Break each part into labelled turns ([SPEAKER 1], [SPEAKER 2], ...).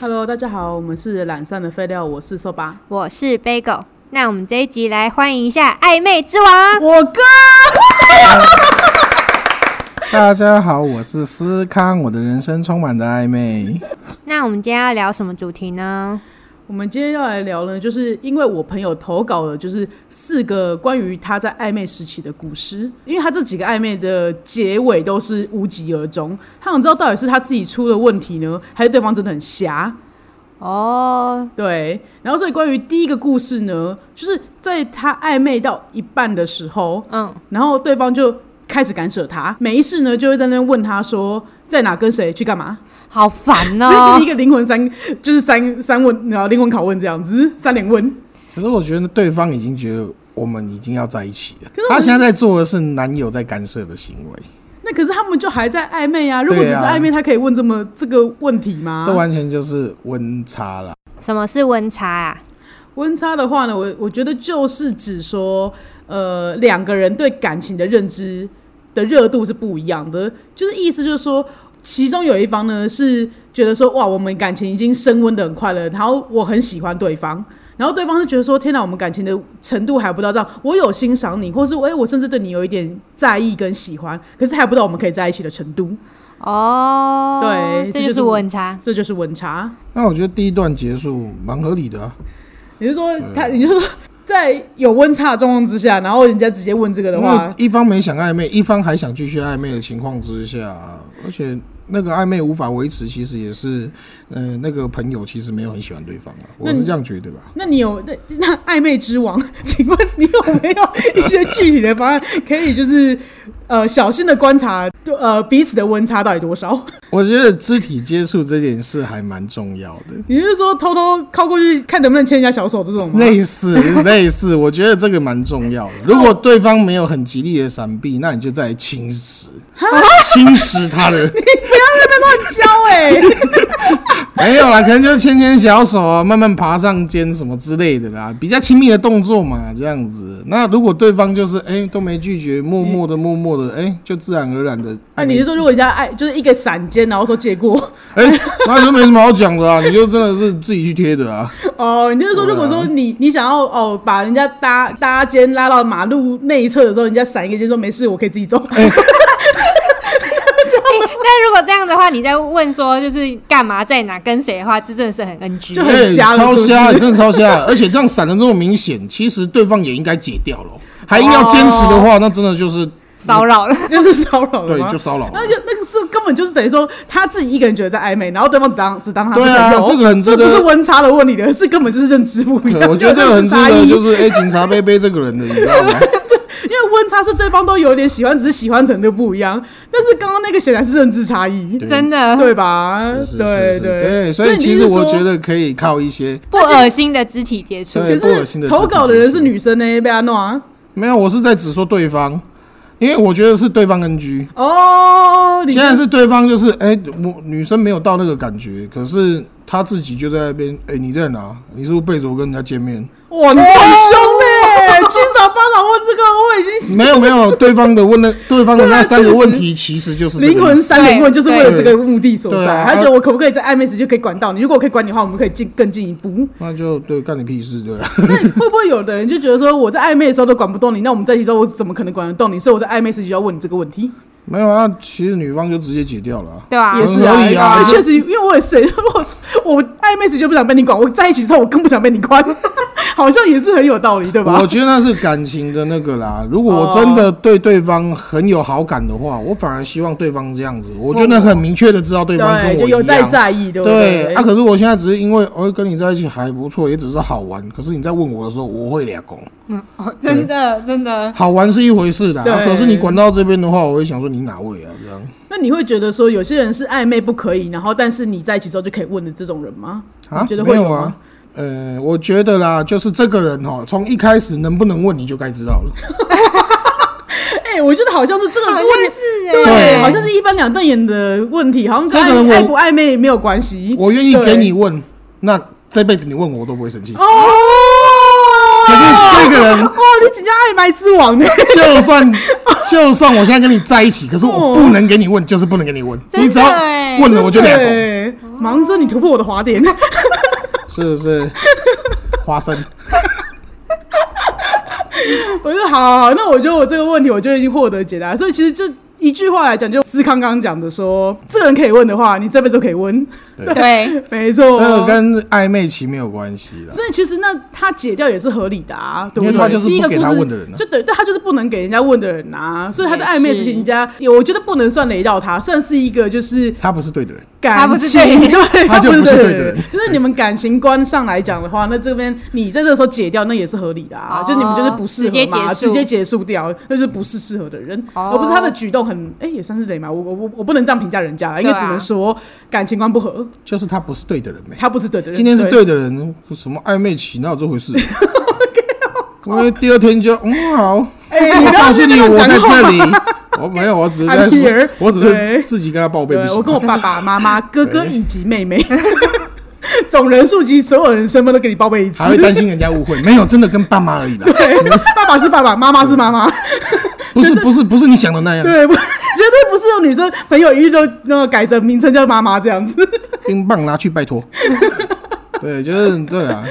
[SPEAKER 1] Hello，大家好，我们是懒散的废料，我是瘦八，
[SPEAKER 2] 我是 Bagel。那我们这一集来欢迎一下暧昧之王，
[SPEAKER 1] 我哥，
[SPEAKER 3] 大家好，我是思康，我的人生充满着暧昧。
[SPEAKER 2] 那我们今天要聊什么主题呢？
[SPEAKER 1] 我们今天要来聊呢，就是因为我朋友投稿了，就是四个关于他在暧昧时期的故事，因为他这几个暧昧的结尾都是无疾而终，他想知道到底是他自己出了问题呢，还是对方真的很瞎？
[SPEAKER 2] 哦，
[SPEAKER 1] 对，然后所以关于第一个故事呢，就是在他暧昧到一半的时候，
[SPEAKER 2] 嗯，
[SPEAKER 1] 然后对方就开始干涉他，每一世呢就会在那边问他说在哪跟谁去干嘛，
[SPEAKER 2] 好烦
[SPEAKER 1] 直接给
[SPEAKER 2] 哦
[SPEAKER 1] 你一。个灵魂三，就是三三问，然后灵魂拷问这样子，三连问。
[SPEAKER 3] 可是我觉得对方已经觉得我们已经要在一起了，他现在在做的是男友在干涉的行为，
[SPEAKER 1] 那可是他们就还在暧昧啊！如果只
[SPEAKER 3] 对
[SPEAKER 1] 是
[SPEAKER 3] 啊
[SPEAKER 1] 暧昧，他可以问这么这个问题吗？
[SPEAKER 3] 这完全就是温差了。
[SPEAKER 2] 什么是温差啊？
[SPEAKER 1] 温差的话呢，我我觉得就是指说，呃，两个人对感情的认知的热度是不一样的，就是意思就是说，其中有一方呢是觉得说，哇，我们感情已经升温的很快了，然后我很喜欢对方。然后对方是觉得说，天哪，我们感情的程度还不到这样，我有欣赏你，或是哎，我甚至对你有一点在意跟喜欢，可是还不到我们可以在一起的程度，
[SPEAKER 2] 哦，
[SPEAKER 1] 对
[SPEAKER 2] 这
[SPEAKER 1] 这就
[SPEAKER 2] 就是是 温差。
[SPEAKER 1] 这就是温差。
[SPEAKER 3] 那我觉得第一段结束蛮合理的、啊，
[SPEAKER 1] 你是说他，你是说在有温差的状况之下，然后人家直接问这个的
[SPEAKER 3] 因
[SPEAKER 1] 话
[SPEAKER 3] 为，一方没想暧昧，一方还想继续暧昧的情况之下，而且那个暧昧无法维持，其实也是，呃，那个朋友其实没有很喜欢对方啊，我是这样觉得吧。
[SPEAKER 1] 那你有那那暧昧之王， 请问你有没有一些具体的方案，可以就是呃小心的观察，对呃彼此的温差到底多少？
[SPEAKER 3] 我觉得肢体接触这点事还蛮重要的。
[SPEAKER 1] 你是说偷偷靠过去看能不能牵人家小手这种吗？
[SPEAKER 3] 类似类似，我觉得这个蛮重要的。如果对方没有很极力的闪避，那你就再来侵蚀，侵蚀他的
[SPEAKER 1] 乱教哎、
[SPEAKER 3] 没有啦，可能就是牵牵小手啊，慢慢爬上肩什么之类的啦，比较亲密的动作嘛，这样子。那如果对方就是哎、都没拒绝，默默的默默的哎、就自然而然的
[SPEAKER 1] 那你是说如果人家爱就是一个闪肩，然后说借过
[SPEAKER 3] 哎、那就没什么好讲的啊，你就真的是自己去贴的啊。
[SPEAKER 1] 哦？你就是说如果说你你想要哦把人家搭搭肩拉到马路内侧的时候，人家闪一个肩说没事，我可以自己走。
[SPEAKER 2] 哎那如果这样的话，你再问说就是干嘛在哪跟谁的话，这真的是很 NG
[SPEAKER 1] 就。很
[SPEAKER 3] 哎，
[SPEAKER 1] 瞎了
[SPEAKER 3] 超
[SPEAKER 1] 是不是
[SPEAKER 3] 瞎，真的超瞎，而且这样闪的这么明显，其实对方也应该解掉了，还硬要坚持的话，那真的就是
[SPEAKER 2] 骚扰了。
[SPEAKER 1] 就是骚扰哦了
[SPEAKER 3] 对
[SPEAKER 1] 吗，
[SPEAKER 3] 就骚扰了
[SPEAKER 1] 那就那个是根本就是等于说他自己一个人觉得在暧昧，然后对方只当只当他是
[SPEAKER 3] 对啊
[SPEAKER 1] 朋友，
[SPEAKER 3] 这个很值得
[SPEAKER 1] 不是温差的问题了，是根本就是认知不一
[SPEAKER 3] 对
[SPEAKER 1] 样。
[SPEAKER 3] 我觉得这个很值
[SPEAKER 1] 没有
[SPEAKER 3] 得，
[SPEAKER 1] 认知差异
[SPEAKER 3] 就是哎、警察贝贝这个人的，你知 道吗？
[SPEAKER 1] 因为温差是对方都有点喜欢，只是喜欢程度不一样。但是刚刚那个显然是认知差异，
[SPEAKER 3] 对
[SPEAKER 2] 真的
[SPEAKER 1] 对吧？
[SPEAKER 3] 是是
[SPEAKER 1] 对
[SPEAKER 3] 是对
[SPEAKER 1] 对，
[SPEAKER 3] 所以
[SPEAKER 1] 你
[SPEAKER 3] 其
[SPEAKER 1] 是
[SPEAKER 3] 实我
[SPEAKER 1] 说
[SPEAKER 3] 觉。得可以靠一些，
[SPEAKER 2] 不恶心的肢体接触，
[SPEAKER 3] 对不
[SPEAKER 1] 可
[SPEAKER 3] 恶心
[SPEAKER 1] 是
[SPEAKER 3] 的
[SPEAKER 1] 投稿的人是
[SPEAKER 3] 肢体接触
[SPEAKER 1] 女生呢，被他弄啊！
[SPEAKER 3] 没有，我是在只说对方，因为我觉得是对方 NG。
[SPEAKER 1] 哦，你
[SPEAKER 3] 现在是对方就是哎、我女生没有到那个感觉，可是她自己就在那边，哎、你在哪？你是不是背着我跟人家见面？
[SPEAKER 1] 哇，
[SPEAKER 3] 哦
[SPEAKER 1] 你很凶哎！今早八早问这个，我已经
[SPEAKER 3] 没有没有，对方的问的 对方的那三个问题其实哦就是这个
[SPEAKER 1] 灵魂
[SPEAKER 3] 意思
[SPEAKER 1] 三连问就是为了这个目的所
[SPEAKER 3] 对对
[SPEAKER 1] 在。
[SPEAKER 3] 啊
[SPEAKER 1] 他觉得我可不可以在暧昧时就可以管到你？如果我可以管你的话，我们可以进更进一步。
[SPEAKER 3] 那就对干你屁事对啊吧？
[SPEAKER 1] 那会不会有的人就觉得说我在暧昧的时候都管不动你，那我们在一起之后我怎么可能管得动你？所以我在暧昧时就要问你这个问题，
[SPEAKER 3] 没有啊，其实女方就直接解掉了啊、
[SPEAKER 2] 对吧？
[SPEAKER 1] 也是啊
[SPEAKER 3] 很合理啊
[SPEAKER 1] 因为确实，因为我也是，如果我我暧昧时就不想被你管，我在一起之后我更不想被你管， 好像也是啊哦很有道理，对吧
[SPEAKER 3] 我？觉得那是感情的那个啦。如果我真的对对方很有好感的话，我反而希望对方这样子。我觉得很明确的知道对方
[SPEAKER 1] 对，
[SPEAKER 3] 跟我
[SPEAKER 1] 就
[SPEAKER 3] 一
[SPEAKER 1] 有
[SPEAKER 3] 样。
[SPEAKER 1] 在在意，对不
[SPEAKER 3] 对啊，可是我现在只是因为我、哦跟你在一起还不错，也只是好玩。可是你在问我的时候，我会俩拱。
[SPEAKER 2] 哦真的真的，
[SPEAKER 3] 好玩是一回事啦，
[SPEAKER 1] 对
[SPEAKER 3] 啊可是你管到这边的话，我会想说你哪位啊？这样
[SPEAKER 1] 那你会觉得说有些人是暧昧不可以，然后但是你在一起之后就可以问的这种人吗？
[SPEAKER 3] 啊，
[SPEAKER 1] 你觉得
[SPEAKER 3] 没
[SPEAKER 1] 会
[SPEAKER 3] 有
[SPEAKER 1] 吗
[SPEAKER 3] 啊？？呃，我觉得啦，就是这个人哦，从一开始能不能问你就该知道了。
[SPEAKER 1] 哎、我觉得好像是这个
[SPEAKER 2] 好
[SPEAKER 1] 问
[SPEAKER 2] 像
[SPEAKER 1] 题。
[SPEAKER 2] 是哎
[SPEAKER 1] 对，
[SPEAKER 3] 对
[SPEAKER 1] 好像是一翻两瞪眼的问题，好像跟
[SPEAKER 3] 这个
[SPEAKER 1] 暧
[SPEAKER 3] 人我
[SPEAKER 1] 爱不暧昧没有关系。
[SPEAKER 3] 我愿意
[SPEAKER 1] 对
[SPEAKER 3] 给你问，那这辈子你问我我都不会生气。
[SPEAKER 1] 哦，
[SPEAKER 3] 可是这个人
[SPEAKER 1] 哦，你请教爱白之王呢？
[SPEAKER 3] 就算就算我现在跟你在一起，可是我不能给你问，就是不能给你问。
[SPEAKER 2] 真的
[SPEAKER 3] 你只要
[SPEAKER 2] 欸
[SPEAKER 3] 问了我就两个。
[SPEAKER 1] 对，盲僧，你突破我的滑 点，
[SPEAKER 3] 是 不是？花生，
[SPEAKER 1] 我说好好好，那我觉得我这个问题我就已经获得解答，所以其实就一句话来讲，就思康刚讲的说，这个人可以问的话，你这辈子都可以问，
[SPEAKER 2] 对，
[SPEAKER 1] 没错，
[SPEAKER 3] 这个跟暧昧期没有关系啦。
[SPEAKER 1] 所以其实那他解掉也是合理的啊，对
[SPEAKER 3] 因为
[SPEAKER 1] 不对？
[SPEAKER 3] 他就是
[SPEAKER 1] 第一个
[SPEAKER 3] 不给
[SPEAKER 1] 故
[SPEAKER 3] 他
[SPEAKER 1] 事
[SPEAKER 3] 问的人啊
[SPEAKER 1] 就对对，他就是不能给人家问的人啊，所以他在
[SPEAKER 2] 也
[SPEAKER 1] 暧昧的
[SPEAKER 2] 是
[SPEAKER 1] 事情，人家也我觉得不能算雷到他，算是一个就是
[SPEAKER 3] 他不是对的人，
[SPEAKER 2] 他
[SPEAKER 1] 感
[SPEAKER 2] 不是
[SPEAKER 1] 情，
[SPEAKER 2] 对的
[SPEAKER 1] 对，
[SPEAKER 3] 他就
[SPEAKER 1] 不
[SPEAKER 3] 不是对的
[SPEAKER 1] 人
[SPEAKER 3] 人，
[SPEAKER 1] 就是你们感情观上来讲的话，那这边你在这个时候解掉，那也是合理的啊，
[SPEAKER 2] 哦
[SPEAKER 1] 就你们就是不适合嘛，
[SPEAKER 2] 直接结束
[SPEAKER 1] 直接结束掉，那就是不是适合的人，
[SPEAKER 2] 哦
[SPEAKER 1] 而不是他的举动很，哎，也算是雷嘛，我我我我不能这样评价人家啦，应
[SPEAKER 2] 对啊
[SPEAKER 1] 该只能说感情观不合，
[SPEAKER 3] 就是他不是对的人呗。
[SPEAKER 1] 他不是对的人，
[SPEAKER 3] 今天是对的人，什么暧昧期哪有这回 事？因为第二天就嗯好，
[SPEAKER 1] 哎，你
[SPEAKER 3] 我
[SPEAKER 1] 不
[SPEAKER 3] 告
[SPEAKER 1] 要
[SPEAKER 3] 诉你
[SPEAKER 1] 这样
[SPEAKER 3] 我
[SPEAKER 1] 讲
[SPEAKER 3] 在
[SPEAKER 1] 话
[SPEAKER 3] 这里，我没有，我只是在
[SPEAKER 1] I'm here
[SPEAKER 3] 说，我只
[SPEAKER 1] 对
[SPEAKER 3] 是自己跟他报备不
[SPEAKER 1] 对，
[SPEAKER 3] 行吗。啊
[SPEAKER 1] 我跟我爸爸妈妈、 哥哥
[SPEAKER 3] 对
[SPEAKER 1] 以及妹妹， 总人数及所有人身份都给你报备一次
[SPEAKER 3] 还。会担心人家误会，没有，真的跟爸妈而已 啦，
[SPEAKER 1] 对，爸爸是爸爸，妈妈是妈妈，
[SPEAKER 3] 不是不是不是你想的那样，
[SPEAKER 1] 对，不绝对不是有女生朋友一律都那个改着名称叫妈妈这样子。
[SPEAKER 3] 冰棒拿去拜托。对，就是对啊，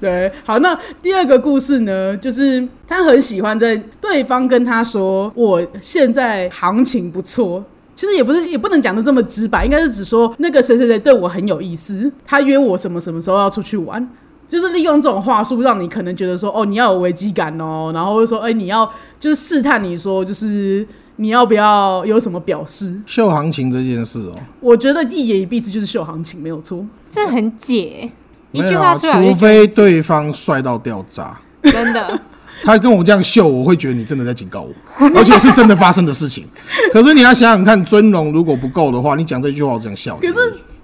[SPEAKER 1] 对，好，那第二个故事呢，就是他很喜欢在对方跟他说我现在行情不错。其实也不是，也不能讲的这么直白，应该是只说那个谁谁谁对我很有意思，他约我什么什么时候要出去玩，就是利用这种话术让你可能觉得说，哦，你要有危机感哦，然后会说，哎、你要就是试探你说，就是你要不要有什么表示？
[SPEAKER 3] 秀行情这件事哦、
[SPEAKER 1] 我觉得一言以蔽之就是秀行情，没有错。
[SPEAKER 2] 这很解，一
[SPEAKER 3] 没
[SPEAKER 2] 句
[SPEAKER 3] 有
[SPEAKER 2] 话
[SPEAKER 3] 啊，
[SPEAKER 2] 出来我
[SPEAKER 3] 除
[SPEAKER 2] 就
[SPEAKER 3] 非对方帅到掉渣，
[SPEAKER 2] 真的，
[SPEAKER 3] 他跟我这样秀，我会觉得你真的在警告我，而且是真的发生的事情。可是你要想想看，尊荣如果不够的话，你讲这句话我只想笑你。
[SPEAKER 1] 可是，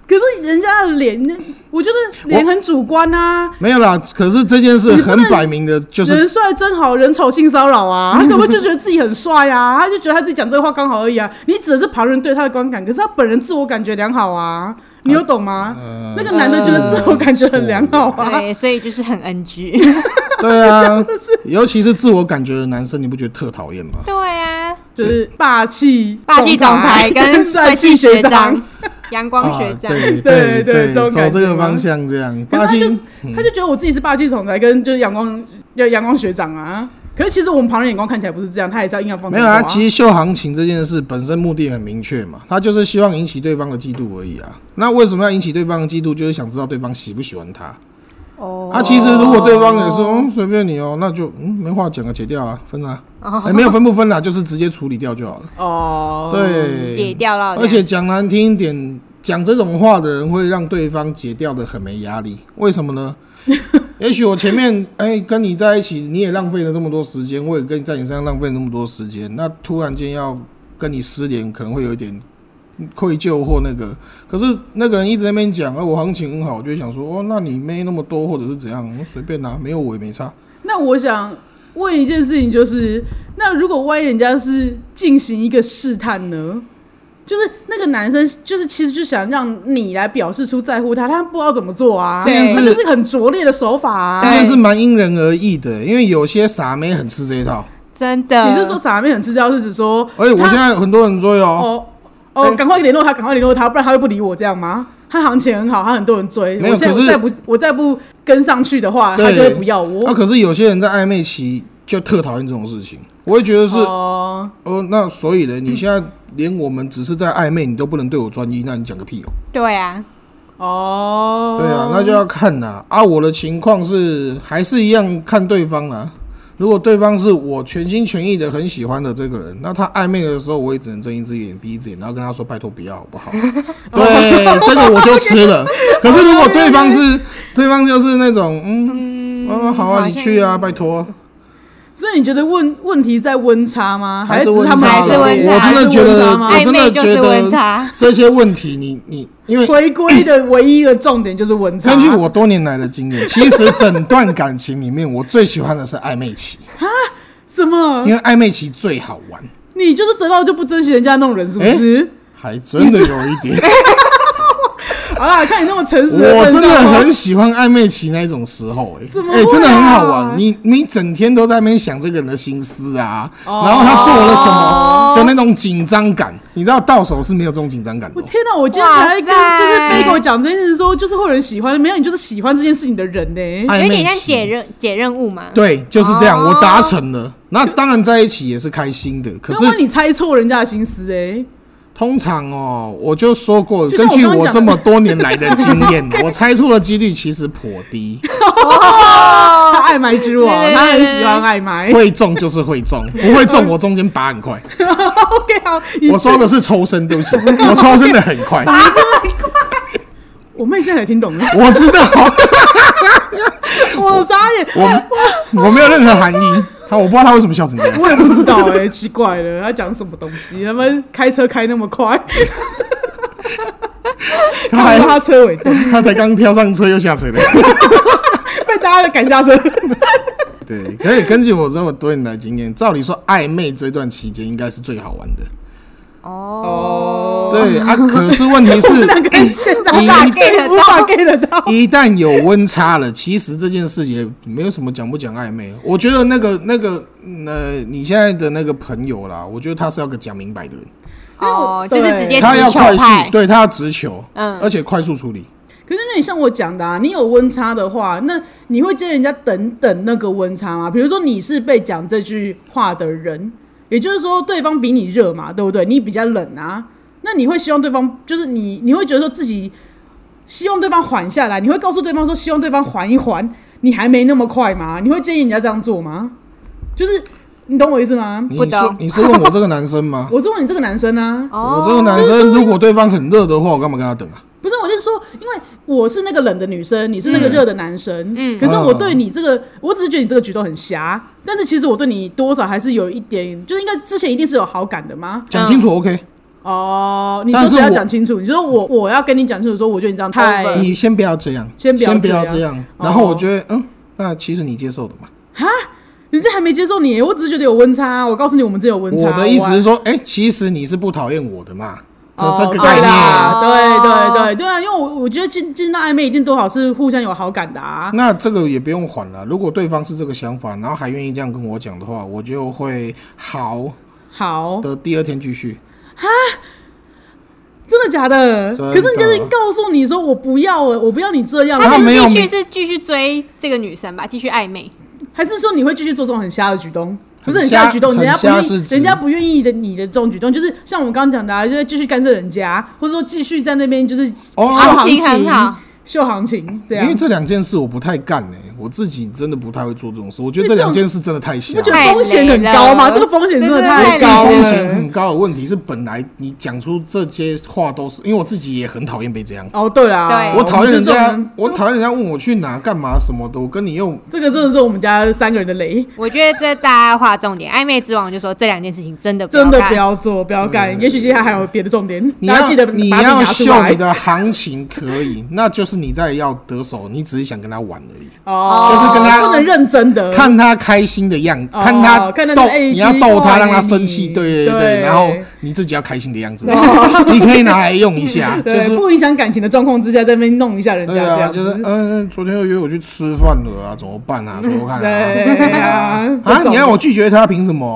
[SPEAKER 1] 可是人家的脸，那我觉得脸
[SPEAKER 3] 我
[SPEAKER 1] 很主观啊。
[SPEAKER 3] 没有啦，可是这件事
[SPEAKER 1] 你不
[SPEAKER 3] 很
[SPEAKER 1] 能
[SPEAKER 3] 摆明的就是
[SPEAKER 1] 人帅真好人丑性骚扰 啊！他可能就觉得自己很帅啊，他就觉得他自己讲这个话刚好而已啊。你指的是旁人对他的观感，可是他本人自我感觉良好啊，你有懂吗？
[SPEAKER 3] 呃
[SPEAKER 1] 那个男的觉得自我感觉很良好啊，
[SPEAKER 2] 对，所以就是很 NG，
[SPEAKER 3] 对啊，尤其是自我感觉的男生，你不觉得特讨厌吗？
[SPEAKER 2] 对啊，
[SPEAKER 1] 就是霸气
[SPEAKER 2] 霸气总裁跟帅
[SPEAKER 1] 帅
[SPEAKER 2] 气学
[SPEAKER 1] 学
[SPEAKER 2] 长，阳光
[SPEAKER 3] 啊
[SPEAKER 2] 学长，
[SPEAKER 1] 对
[SPEAKER 3] 对
[SPEAKER 1] 对
[SPEAKER 3] 对
[SPEAKER 1] 这种
[SPEAKER 3] 走
[SPEAKER 1] 感
[SPEAKER 3] 这
[SPEAKER 1] 觉
[SPEAKER 3] 个
[SPEAKER 1] 吗
[SPEAKER 3] 方向这样，
[SPEAKER 1] 可是
[SPEAKER 3] 八
[SPEAKER 1] 他就
[SPEAKER 3] 星
[SPEAKER 1] 他就觉得我自己是霸气总裁跟就是阳光要阳光学长啊。可是其实我们旁人眼光看起来不是这样，他也是要硬要放
[SPEAKER 3] 没有啊。其
[SPEAKER 1] 实
[SPEAKER 3] 实秀行情这件事本身目的很明确嘛，他就是希望引起对方的嫉妒而已啊。那为什么要引起对方的嫉妒？就是想知道对方喜不喜欢他。
[SPEAKER 2] 哦
[SPEAKER 3] 啊，其实如果对方也说嗯随便你哦，那就嗯没话讲啊，解掉啊，分啊，
[SPEAKER 2] 哦
[SPEAKER 3] 哎没有分不分啦，就是直接处理掉就好了。
[SPEAKER 1] 哦，
[SPEAKER 2] 解
[SPEAKER 3] 对，
[SPEAKER 2] 掉了，
[SPEAKER 3] 而且讲难听一点，讲这种话的人会让对方解掉的很没压力。为什么呢？也许我前面哎、跟你在一起，你也浪费了这么多时间，我也跟在你身上浪费了那么多时间，那突然间要跟你失联，可能会有一点愧疚或那个。可是那个人一直在那边讲，啊，我行情很好，我就会想说，哦，那你妹那么多，或者是怎样，嗯随便拿、没有我也没差。
[SPEAKER 1] 那我想问一件事情，就是那如果万一人家是进行一个试探呢？就是那个男生，就是其实就想让你来表示出在乎他，他不知道怎么做啊，
[SPEAKER 3] 这件
[SPEAKER 1] 他
[SPEAKER 3] 事
[SPEAKER 1] 就是很拙劣的手法
[SPEAKER 3] 真
[SPEAKER 1] 啊。
[SPEAKER 3] 的是蛮因人而异的，因为有些傻妹很吃这一套。
[SPEAKER 2] 真的，
[SPEAKER 1] 你是说傻妹很吃这套，是指说，
[SPEAKER 3] 而且我
[SPEAKER 1] 他
[SPEAKER 3] 现在很多人追哦，
[SPEAKER 1] 哦哦，
[SPEAKER 3] 哎
[SPEAKER 1] 赶快联络他，赶快联络他，不然他会不理我这样吗？他行情很好，他很多人追，
[SPEAKER 3] 没有
[SPEAKER 1] 我现在
[SPEAKER 3] 可
[SPEAKER 1] 我
[SPEAKER 3] 是
[SPEAKER 1] 再不我再不跟上去的话，他
[SPEAKER 3] 对
[SPEAKER 1] 就会不要
[SPEAKER 3] 那、
[SPEAKER 1] 我。
[SPEAKER 3] 啊可是有些人在暧昧期就特讨厌这种事情，我会觉得是哦、
[SPEAKER 1] 哦，
[SPEAKER 3] 那所以呢，你现在连我们只是在暧昧，你都不能对我专一，那你讲个屁哦、
[SPEAKER 2] 对啊，
[SPEAKER 1] 哦，
[SPEAKER 3] 对啊，那就要看啦。啊，我的情况是还是一样看对方啦。如果对方是我全心全意的很喜欢的这个人，那他暧昧的时候，我也只能睁一只眼闭一只眼，然后跟他说拜托不要好不好？对，这个我就吃了。可是如果对方是对方就是那种嗯，哦好
[SPEAKER 2] 好
[SPEAKER 3] 啊，你
[SPEAKER 2] 像
[SPEAKER 3] 去啊，拜托。
[SPEAKER 1] 所以你觉得问问题在温差吗？
[SPEAKER 3] 还
[SPEAKER 1] 是
[SPEAKER 3] 是
[SPEAKER 1] 只他们
[SPEAKER 2] 温差
[SPEAKER 1] 两个人
[SPEAKER 2] 我真的
[SPEAKER 1] 还是
[SPEAKER 3] 觉
[SPEAKER 1] 温
[SPEAKER 3] 得
[SPEAKER 1] 差吗
[SPEAKER 3] 哦我
[SPEAKER 2] 暧
[SPEAKER 3] 真的
[SPEAKER 2] 昧就是
[SPEAKER 3] 觉得
[SPEAKER 2] 温差，
[SPEAKER 3] 这些问题你，你因为
[SPEAKER 1] 回归的唯一的重点就是温差。
[SPEAKER 3] 根据我多年来的经 验，其实整段感情里面，我最喜欢的是暧昧期，
[SPEAKER 1] 什么
[SPEAKER 3] 因？为暧昧期最好玩，
[SPEAKER 1] 你 就是得到就不珍惜人家那种人，是不是？
[SPEAKER 3] 还真的有一点。
[SPEAKER 1] 好啦，看你那么诚实份
[SPEAKER 3] 我
[SPEAKER 1] 上
[SPEAKER 3] 真的
[SPEAKER 1] 哦
[SPEAKER 3] 很喜欢暧昧期那种时候、欸，
[SPEAKER 1] 怎么
[SPEAKER 3] 哎、
[SPEAKER 1] 会啊
[SPEAKER 3] 真的很好玩。你你整天都在那边想这个人的心思啊，
[SPEAKER 1] 哦
[SPEAKER 3] 然后他做了什么的那种紧张感，你知道到手是没有这种紧张感的
[SPEAKER 1] 我
[SPEAKER 3] 哦、
[SPEAKER 1] 天哪！我今天才跟
[SPEAKER 2] 哇
[SPEAKER 1] 就是
[SPEAKER 2] 塞
[SPEAKER 1] b a 讲这件事说，就是会有人喜欢，没有你就是喜欢这件事情的人呢、
[SPEAKER 3] 暧
[SPEAKER 2] 有
[SPEAKER 3] 昧
[SPEAKER 2] 点像解
[SPEAKER 3] 期，
[SPEAKER 2] 任解任务嘛。
[SPEAKER 3] 对，就是这样，
[SPEAKER 2] 哦
[SPEAKER 3] 我达成了。那当然在一起也是开心的，可
[SPEAKER 1] 那
[SPEAKER 3] 是
[SPEAKER 1] 万一你猜错人家的心思哎、
[SPEAKER 3] 通常哦，我就说过，
[SPEAKER 1] 就
[SPEAKER 3] 根
[SPEAKER 1] 像
[SPEAKER 3] 据
[SPEAKER 1] 我刚刚
[SPEAKER 3] 我
[SPEAKER 1] 讲
[SPEAKER 3] 这么多年来的经 验，我猜错的几率其实颇低，
[SPEAKER 1] 他爱买之王，
[SPEAKER 2] 哦 对对对
[SPEAKER 1] 他很喜欢爱买。
[SPEAKER 3] 会中就是会中，不会中我中间拔很快。
[SPEAKER 1] OK，好， 你
[SPEAKER 3] 我说的是抽身，对 不起，我抽身的很快，
[SPEAKER 1] 我妹现在才听 懂了，
[SPEAKER 3] 我知道，
[SPEAKER 1] 我傻眼，
[SPEAKER 3] 我我没有任何含义，他我不知道他为什么笑成这样。
[SPEAKER 1] 我也不知道哎、 奇怪了，他讲什么东西？他们开车开那么快，看
[SPEAKER 3] 他
[SPEAKER 1] 不到
[SPEAKER 3] 还
[SPEAKER 1] 他车尾灯，
[SPEAKER 3] 他才刚跳上车又下车的，
[SPEAKER 1] 被大家赶下车。
[SPEAKER 3] 对，可以根据我这么多年来经验，照理说暧昧这段期间应该是最好玩的，
[SPEAKER 2] 哦，
[SPEAKER 3] 对 啊，可是问题
[SPEAKER 1] 我们
[SPEAKER 3] 是
[SPEAKER 1] 两个人现在
[SPEAKER 3] 你
[SPEAKER 1] 无法
[SPEAKER 3] 你
[SPEAKER 1] get 得到无法 get 得到。
[SPEAKER 3] 一旦有温差了，其实这件事也没有什么讲不讲暧昧。我觉得那个那个嗯呃，你现在的那个朋友啦，我觉得他是要个讲明白的人，
[SPEAKER 2] 哦，就是直接
[SPEAKER 1] 也
[SPEAKER 3] 他
[SPEAKER 2] 直
[SPEAKER 3] 要
[SPEAKER 2] 球
[SPEAKER 3] 快
[SPEAKER 2] 派
[SPEAKER 3] 速，对他要直球，
[SPEAKER 2] 嗯
[SPEAKER 3] 而且快速处理。
[SPEAKER 1] 可是那你像我讲的、啊，你有温差的话，那你会建议人家等等那个温差吗？比如说你是被讲这句话的人，也就是说对方比你热嘛，对不对？你比较冷啊，那你会希望对方就是你，你会觉得说自己希望对方缓下来，你会告诉对方说希望对方缓一缓，你还没那么快吗？你会建议人家这样做吗？就是你懂我意思吗？
[SPEAKER 3] 你
[SPEAKER 2] 不懂
[SPEAKER 3] 说你是问我这个男生吗？
[SPEAKER 1] 我是问你这个男生啊，
[SPEAKER 2] 哦，嗯
[SPEAKER 3] 我这个男生如果对方很热的话，我干嘛跟他等啊？
[SPEAKER 1] 不是，我就是说，因为我是那个冷的女生，你是那个热的男生，
[SPEAKER 2] 嗯
[SPEAKER 1] 可是我对你这个，我只是觉得你这个举动很瞎，但是其实我对你多少还是有一点，就是应该之前一定是有好感的嘛。
[SPEAKER 3] 讲清楚，OK？
[SPEAKER 1] 哦，你说
[SPEAKER 3] 但是
[SPEAKER 1] 只要
[SPEAKER 3] 我
[SPEAKER 1] 讲清楚，你说我我要跟你讲清楚，说我觉得你这样太
[SPEAKER 2] Over 嗯
[SPEAKER 3] 你先不要这样，
[SPEAKER 1] 哎先不要
[SPEAKER 3] 不要
[SPEAKER 1] 这
[SPEAKER 3] 这
[SPEAKER 1] 样
[SPEAKER 3] 样。然后
[SPEAKER 1] 哦
[SPEAKER 3] 我觉得，嗯，那其实你接受的嘛。
[SPEAKER 1] 人家还没接受你，我只是觉得有温差。我告诉你，我们这有温差。
[SPEAKER 3] 我的意思是说，哎，其实你是不讨厌我的嘛？这
[SPEAKER 1] 哦
[SPEAKER 3] 这个
[SPEAKER 1] 对
[SPEAKER 3] 概念
[SPEAKER 1] 啦，
[SPEAKER 3] 啊。
[SPEAKER 1] 对对对对啊，因为我我觉得进进到暧昧一定多少是互相有好感的啊。
[SPEAKER 3] 那这个也不用缓了。如果对方是这个想法，然后还愿意这样跟我讲的话，我就会好
[SPEAKER 1] 好，
[SPEAKER 3] 的第二天继续。
[SPEAKER 1] 真的假的？
[SPEAKER 3] 真的
[SPEAKER 1] 可是你就是告诉你说我不要了，我不要你这样，
[SPEAKER 3] 他
[SPEAKER 1] 然
[SPEAKER 2] 他
[SPEAKER 1] 后
[SPEAKER 3] 们没有
[SPEAKER 2] 继续是继续追这个女生吧，继续暧昧。
[SPEAKER 1] 还是说你会继续做这种很瞎的举动？不是
[SPEAKER 3] 很
[SPEAKER 1] 很瞎
[SPEAKER 3] 瞎
[SPEAKER 1] 的举动，人家不
[SPEAKER 3] 很瞎
[SPEAKER 1] 愿
[SPEAKER 3] 是
[SPEAKER 1] 意，
[SPEAKER 3] 指
[SPEAKER 1] 人家不愿意的你的这种举动，就是像我们刚刚讲的、啊，就是继续干涉人家，或者说继续在那边就是
[SPEAKER 3] 哦
[SPEAKER 1] 秀
[SPEAKER 2] 行
[SPEAKER 1] 行
[SPEAKER 2] 情
[SPEAKER 1] 情，
[SPEAKER 2] 很好
[SPEAKER 1] 秀行情这
[SPEAKER 3] 因为
[SPEAKER 1] 样。
[SPEAKER 3] 这两件事我不太干哎、我自己真的不太会做这种事。我觉得
[SPEAKER 1] 因为这
[SPEAKER 3] 这
[SPEAKER 1] 种
[SPEAKER 3] 两件事真的太瞎
[SPEAKER 1] 你不觉
[SPEAKER 3] 了。
[SPEAKER 1] 得风险很高吗？
[SPEAKER 2] 太累了
[SPEAKER 1] 这个风险真的
[SPEAKER 2] 这
[SPEAKER 1] 太
[SPEAKER 2] 真的
[SPEAKER 1] 高
[SPEAKER 2] 太
[SPEAKER 1] 了，
[SPEAKER 2] 累
[SPEAKER 3] 风
[SPEAKER 2] 了
[SPEAKER 3] 险很高的问题是，本来你讲出这些话都是，因为我自己也很讨厌被这样。
[SPEAKER 1] 哦，对啦，
[SPEAKER 2] 对
[SPEAKER 3] 我讨厌人
[SPEAKER 1] 我们
[SPEAKER 3] 家，
[SPEAKER 1] 就
[SPEAKER 3] 我
[SPEAKER 1] 这种
[SPEAKER 3] 讨厌人家问我去哪干嘛什么的，我跟你又
[SPEAKER 1] 这个真的是我们家三个人的雷，
[SPEAKER 2] 我觉得这大家划重点，暧昧之王就说这两件事情真的
[SPEAKER 1] 真的
[SPEAKER 2] 干
[SPEAKER 1] 不要做，不要干。也许接下来还有别的重点，
[SPEAKER 3] 你
[SPEAKER 1] 大
[SPEAKER 3] 要
[SPEAKER 1] 家记得把
[SPEAKER 3] 你
[SPEAKER 1] 笔拿
[SPEAKER 3] 要
[SPEAKER 1] 出
[SPEAKER 3] 秀
[SPEAKER 1] 来
[SPEAKER 3] 你的行情可以，那就是你在要得手，你只是想跟他玩而已。
[SPEAKER 1] 哦，
[SPEAKER 3] 就是跟他
[SPEAKER 1] 不能认真的
[SPEAKER 3] 看他开心的样子，
[SPEAKER 1] 哦
[SPEAKER 3] 看他
[SPEAKER 1] 看他
[SPEAKER 3] 逗，
[SPEAKER 1] 哎
[SPEAKER 3] 你要逗
[SPEAKER 1] 奇怪
[SPEAKER 3] 他，让他
[SPEAKER 1] 你
[SPEAKER 3] 生气，对对
[SPEAKER 1] 对哦
[SPEAKER 3] 对，然后你自己要开心的样子， 你可以拿来用一下，就
[SPEAKER 1] 对，
[SPEAKER 3] 是
[SPEAKER 1] 不影响感情的状况之下，在那边弄一下人家
[SPEAKER 3] 对
[SPEAKER 1] 这
[SPEAKER 3] 啊，
[SPEAKER 1] 样
[SPEAKER 3] 就是
[SPEAKER 1] 子。
[SPEAKER 3] 嗯，昨天又约我去吃饭了啊，怎么办 啊？给我看
[SPEAKER 1] 对
[SPEAKER 3] 啊，
[SPEAKER 1] 啊，
[SPEAKER 3] 啊，你
[SPEAKER 1] 让
[SPEAKER 3] 让我拒绝他，凭 什么？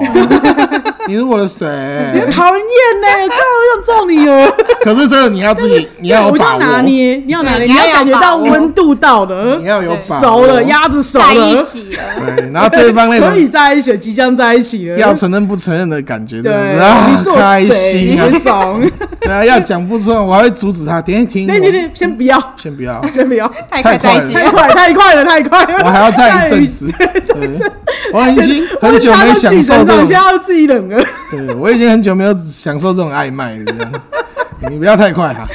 [SPEAKER 3] 你是我的谁？
[SPEAKER 1] 讨人厌呢， 我靠，我想揍你了。
[SPEAKER 3] 可是这个你要自 己，你要
[SPEAKER 1] 我
[SPEAKER 3] 有
[SPEAKER 1] 就
[SPEAKER 3] 把
[SPEAKER 1] 要
[SPEAKER 3] 握，
[SPEAKER 1] 拿捏，你要拿捏，
[SPEAKER 2] 对
[SPEAKER 1] 你要
[SPEAKER 2] 你要
[SPEAKER 1] 感觉
[SPEAKER 2] 有把
[SPEAKER 1] 到
[SPEAKER 2] 握
[SPEAKER 1] 温度到了
[SPEAKER 3] 你，要有把握
[SPEAKER 1] 熟了，鸭子熟
[SPEAKER 2] 在一
[SPEAKER 1] 了，
[SPEAKER 2] 起了。
[SPEAKER 3] 对，然后对方那
[SPEAKER 1] 可以
[SPEAKER 3] 种
[SPEAKER 1] 在一起，即将在一起了。
[SPEAKER 3] 要承认不承认的感觉，
[SPEAKER 1] 对，
[SPEAKER 3] 真的是
[SPEAKER 1] 你
[SPEAKER 3] 啊
[SPEAKER 1] 是，我
[SPEAKER 3] 开
[SPEAKER 1] 谁？
[SPEAKER 3] 心
[SPEAKER 1] 你
[SPEAKER 3] 啊
[SPEAKER 1] 是， 怂？
[SPEAKER 3] 对啊，要讲不出来，我还会阻止他，停停，
[SPEAKER 1] 对对对，先不要，
[SPEAKER 3] 先不要。
[SPEAKER 1] 先不要，
[SPEAKER 2] 太
[SPEAKER 3] 太
[SPEAKER 2] 快在
[SPEAKER 3] 快了
[SPEAKER 2] 一起
[SPEAKER 1] 太快，太快了，太快了。
[SPEAKER 3] 我还要再一阵
[SPEAKER 1] 太
[SPEAKER 3] 子。对，我已经很久没享受这
[SPEAKER 1] 我插到自己身上啊现在
[SPEAKER 3] 种，
[SPEAKER 1] 要自己忍了。
[SPEAKER 3] 对我已经很久没有享受这种暧昧了。这样你不要太快 啊哈、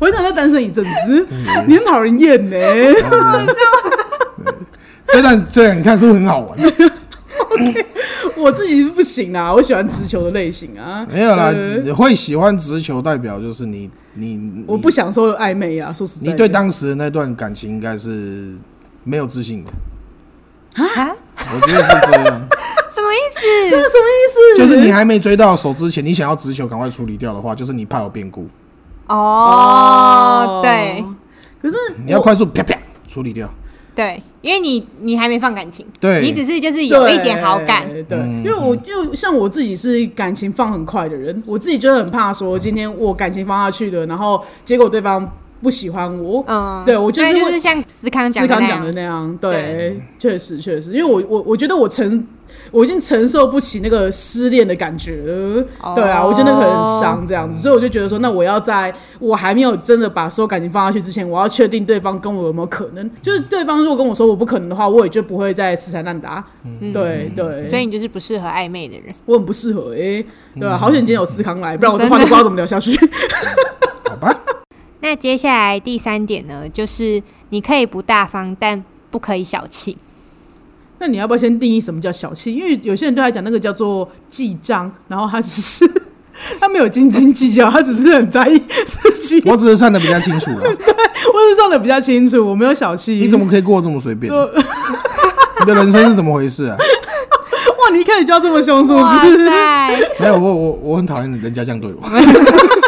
[SPEAKER 1] 我想再单身一阵子，你很讨人厌呢。
[SPEAKER 3] 这段这段你看是不是很好 玩？
[SPEAKER 1] 我自己是不行啊，我喜欢直球的类型啊。
[SPEAKER 3] 没有啦，
[SPEAKER 1] 呃
[SPEAKER 3] 你会喜欢直球，代表就是你你你
[SPEAKER 1] 我不享受暧昧啊，说实在的，
[SPEAKER 3] 你对当时的那段感情应该是没有自信的，
[SPEAKER 2] 啊，
[SPEAKER 3] 我觉得是这样。
[SPEAKER 2] 什么意
[SPEAKER 1] 这啊是什
[SPEAKER 2] 思？
[SPEAKER 1] 么意思？
[SPEAKER 3] 就是你还没追到手之前，你想要直球赶快处理掉的话，就是你怕有变故。
[SPEAKER 2] 哦，对，
[SPEAKER 1] 可是
[SPEAKER 3] 你要
[SPEAKER 1] 我
[SPEAKER 3] 快速啪啪处理掉。
[SPEAKER 2] 对，因为你你还没放感情，
[SPEAKER 3] 对
[SPEAKER 2] 你只是就是有一点好感，
[SPEAKER 1] 对，对
[SPEAKER 3] 嗯
[SPEAKER 1] 因为我因为像我自己是感情放很快的人，我自己就很怕说今天我感情放下去了，然后结果对方不喜欢我，
[SPEAKER 2] 嗯，
[SPEAKER 1] 对我就是
[SPEAKER 2] 对就
[SPEAKER 1] 会
[SPEAKER 2] 是像思康
[SPEAKER 1] 思
[SPEAKER 2] 讲
[SPEAKER 1] 康
[SPEAKER 2] 那
[SPEAKER 1] 讲的
[SPEAKER 2] 样，
[SPEAKER 1] 那样，对，确实确实，因为我我我觉得我承我已经承受不起那个失恋的感觉了，
[SPEAKER 2] 哦
[SPEAKER 1] 对啊，我觉得那个很伤这样子，所以我就觉得说，那我要在我还没有真的把所有感情放下去之前，我要确定对方跟我有没有可能，就是对方如果跟我说我不可能的话，我也就不会再死缠烂打，对对，
[SPEAKER 2] 嗯所以你嗯就是不适合暧昧的人。
[SPEAKER 1] 我很不适合诶、对啊吧、好险今天有思康来，不然我这话都不知道怎么聊下去。
[SPEAKER 2] 那接下来第三点呢，就是你可以不大方，但不可以小气。
[SPEAKER 1] 那你要不要先定义什么叫小气？因为有些人对他讲那个叫做记账，然后他只是 他没有斤斤计较，他只是很在意自己。我
[SPEAKER 3] 我只是算的比较清楚 了，
[SPEAKER 1] 是算的比较清楚，我没有小气。
[SPEAKER 3] 你怎么可以过得这么随便？你的人生是怎么回事啊？
[SPEAKER 1] 哇？你一开始就要这么凶是 不
[SPEAKER 2] 哇
[SPEAKER 1] 是？
[SPEAKER 2] 塞！
[SPEAKER 3] 没有，我我我很讨厌人家这样对我。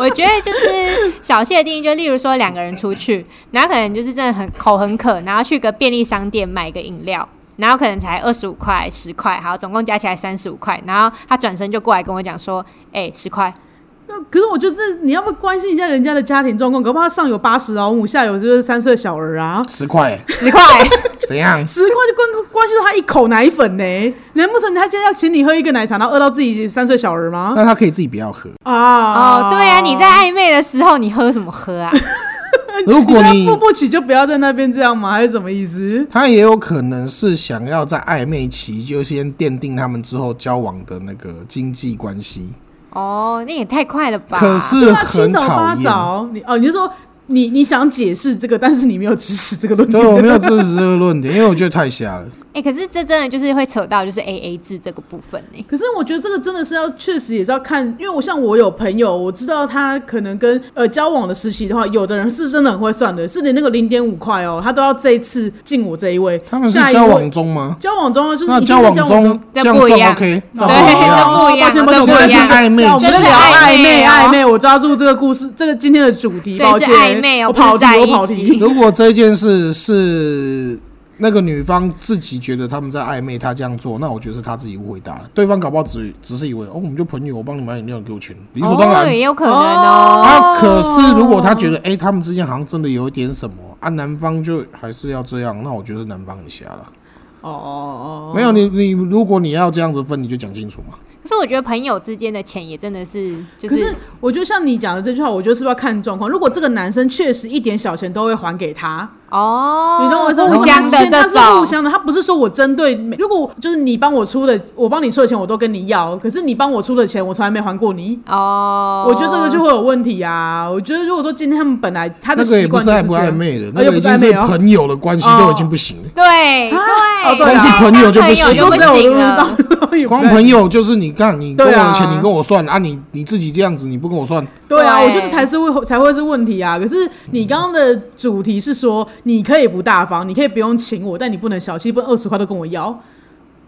[SPEAKER 2] 我觉得就是小气的定义，就例如说两个人出去，然后可能就是真的很口很渴，然后去个便利商店买个饮料，然后可能才二十五块、十块，好，总共加起来三十五块，然后他转身就过来跟我讲说：“哎、十块。
[SPEAKER 1] 那可是我觉得这你要不要关心一下人家的家庭状况？搞不好他上有八十老母，下有就是三岁的小儿啊。
[SPEAKER 3] 十块、
[SPEAKER 2] 十块，
[SPEAKER 3] 怎样？
[SPEAKER 1] 十块就关关系到他一口奶粉呢、难不成他今天要请你喝一个奶茶，然后饿到自己三岁小儿吗？
[SPEAKER 3] 那他可以自己不要喝。
[SPEAKER 1] 啊，
[SPEAKER 2] 哦，对啊，你在暧昧的时候，你喝什么喝啊？
[SPEAKER 3] 如果
[SPEAKER 1] 他
[SPEAKER 3] 你
[SPEAKER 1] 付不起就不要在那边这样吗？还是什么意思？
[SPEAKER 3] 他也有可能是想要在暧昧期就先奠定他们之后交往的那个经济关系，
[SPEAKER 2] 哦，那也太快了吧？
[SPEAKER 3] 可是
[SPEAKER 1] 那啊七
[SPEAKER 3] 很
[SPEAKER 1] 早
[SPEAKER 3] 讨
[SPEAKER 1] 八
[SPEAKER 3] 厌。
[SPEAKER 1] 早，你哦，你是说你你想解释这个，但是你没有支持这个论
[SPEAKER 3] 对，我
[SPEAKER 1] 点？
[SPEAKER 3] 没有支持这个论点，因为我觉得太瞎了。
[SPEAKER 2] 哎、可是这真的就是会扯到就是 A A 制这个部分 呢、欸
[SPEAKER 1] 可是我觉得这个真的是要，确实也是要看，因为我像我有朋友，我知道他可能跟呃交往的时期的话，有的人是真的很会算的，是连那个零点五块哦，他都要这一次进我这一位，
[SPEAKER 3] 他们是
[SPEAKER 1] 下一
[SPEAKER 3] 交往
[SPEAKER 1] 位
[SPEAKER 3] 中吗？
[SPEAKER 1] 交往中啊，就是
[SPEAKER 3] 那
[SPEAKER 1] 一定是
[SPEAKER 3] 交往中
[SPEAKER 1] 中。
[SPEAKER 3] 这
[SPEAKER 2] 这
[SPEAKER 3] 样
[SPEAKER 2] 不一
[SPEAKER 3] 算
[SPEAKER 2] 样
[SPEAKER 3] OK？那
[SPEAKER 2] 对
[SPEAKER 3] 不一样。
[SPEAKER 2] 这不一样
[SPEAKER 1] 抱歉，抱歉，
[SPEAKER 2] 这不
[SPEAKER 1] 抱
[SPEAKER 2] 一
[SPEAKER 1] 歉
[SPEAKER 2] 样
[SPEAKER 3] 现在是暧昧
[SPEAKER 1] 我们
[SPEAKER 2] 这是
[SPEAKER 1] 聊
[SPEAKER 2] 暧
[SPEAKER 1] 暧昧，
[SPEAKER 2] 昧哦
[SPEAKER 1] 暧昧，我抓住这个故事，这个今天的主题，
[SPEAKER 2] 对
[SPEAKER 1] 抱
[SPEAKER 2] 是
[SPEAKER 1] 歉，
[SPEAKER 2] 暧昧哦
[SPEAKER 1] 我
[SPEAKER 2] 不是
[SPEAKER 1] 跑题
[SPEAKER 2] 在，
[SPEAKER 1] 我
[SPEAKER 2] 一
[SPEAKER 1] 跑
[SPEAKER 2] 起
[SPEAKER 1] 题，
[SPEAKER 3] 如果这件事是那个女方自己觉得他们在暧昧，她这样做，那我觉得是她自己误会大了。对方搞不好只只是以为哦，我们就朋友，我帮你买饮料，你给我钱，理所当然。
[SPEAKER 2] 哦，也有可能哦。
[SPEAKER 3] 啊，可是如果他觉得，哎、他们之间好像真的有一点什么啊，男方就还是要这样，那我觉得是男方很瞎了。
[SPEAKER 1] 哦哦哦，
[SPEAKER 3] 没有你，你如果你要这样子分，你就讲清楚嘛。
[SPEAKER 2] 可是我觉得朋友之间的钱也真的是，就
[SPEAKER 1] 可是我觉得像你讲的这句话，我觉得是不是要看状况。如果这个男生确实一点小钱都会还给他，
[SPEAKER 2] 哦，
[SPEAKER 1] 你懂我说
[SPEAKER 2] 互相的
[SPEAKER 1] 他
[SPEAKER 2] 这
[SPEAKER 1] 是互
[SPEAKER 2] 种，
[SPEAKER 1] 相的，他不是说我针对每。如果就是你帮我出的，我帮你出的钱我都跟你要，可是你帮我出的钱我从来没还过你。
[SPEAKER 2] 哦，
[SPEAKER 1] 我觉得这个就会有问题啊！我觉得如果说今天他们本来他的
[SPEAKER 3] 那个
[SPEAKER 1] 习
[SPEAKER 3] 也不
[SPEAKER 1] 惯
[SPEAKER 3] 是
[SPEAKER 1] 就
[SPEAKER 3] 爱
[SPEAKER 1] 这
[SPEAKER 3] 不
[SPEAKER 1] 样
[SPEAKER 3] 暧昧的，
[SPEAKER 1] 哦
[SPEAKER 3] 那
[SPEAKER 1] 也
[SPEAKER 3] 个
[SPEAKER 1] 不
[SPEAKER 3] 已
[SPEAKER 1] 是
[SPEAKER 3] 经
[SPEAKER 1] 暧
[SPEAKER 3] 是
[SPEAKER 1] 昧哦。
[SPEAKER 3] 朋友的关系就已经不行了。
[SPEAKER 2] 对
[SPEAKER 1] 啊
[SPEAKER 2] 对，
[SPEAKER 1] 哦对
[SPEAKER 3] 啊
[SPEAKER 2] 但
[SPEAKER 3] 光是朋友就不行
[SPEAKER 2] 就
[SPEAKER 1] 说
[SPEAKER 2] 不
[SPEAKER 1] 实在，我
[SPEAKER 2] 行啊
[SPEAKER 1] 都
[SPEAKER 2] 了。
[SPEAKER 1] 当也不
[SPEAKER 3] 光
[SPEAKER 1] 太
[SPEAKER 3] 朋友就是你看，你跟我
[SPEAKER 1] 对
[SPEAKER 3] 的
[SPEAKER 1] 啊
[SPEAKER 3] 钱你跟我算啊，你你自己这样子你不跟我算，
[SPEAKER 1] 对啊，
[SPEAKER 2] 对
[SPEAKER 1] 我觉得这才是会才会是问题啊。可是你刚刚的主题是说，你可以不大方，你可以不用请我，但你不能小气，不能二十块都跟我要。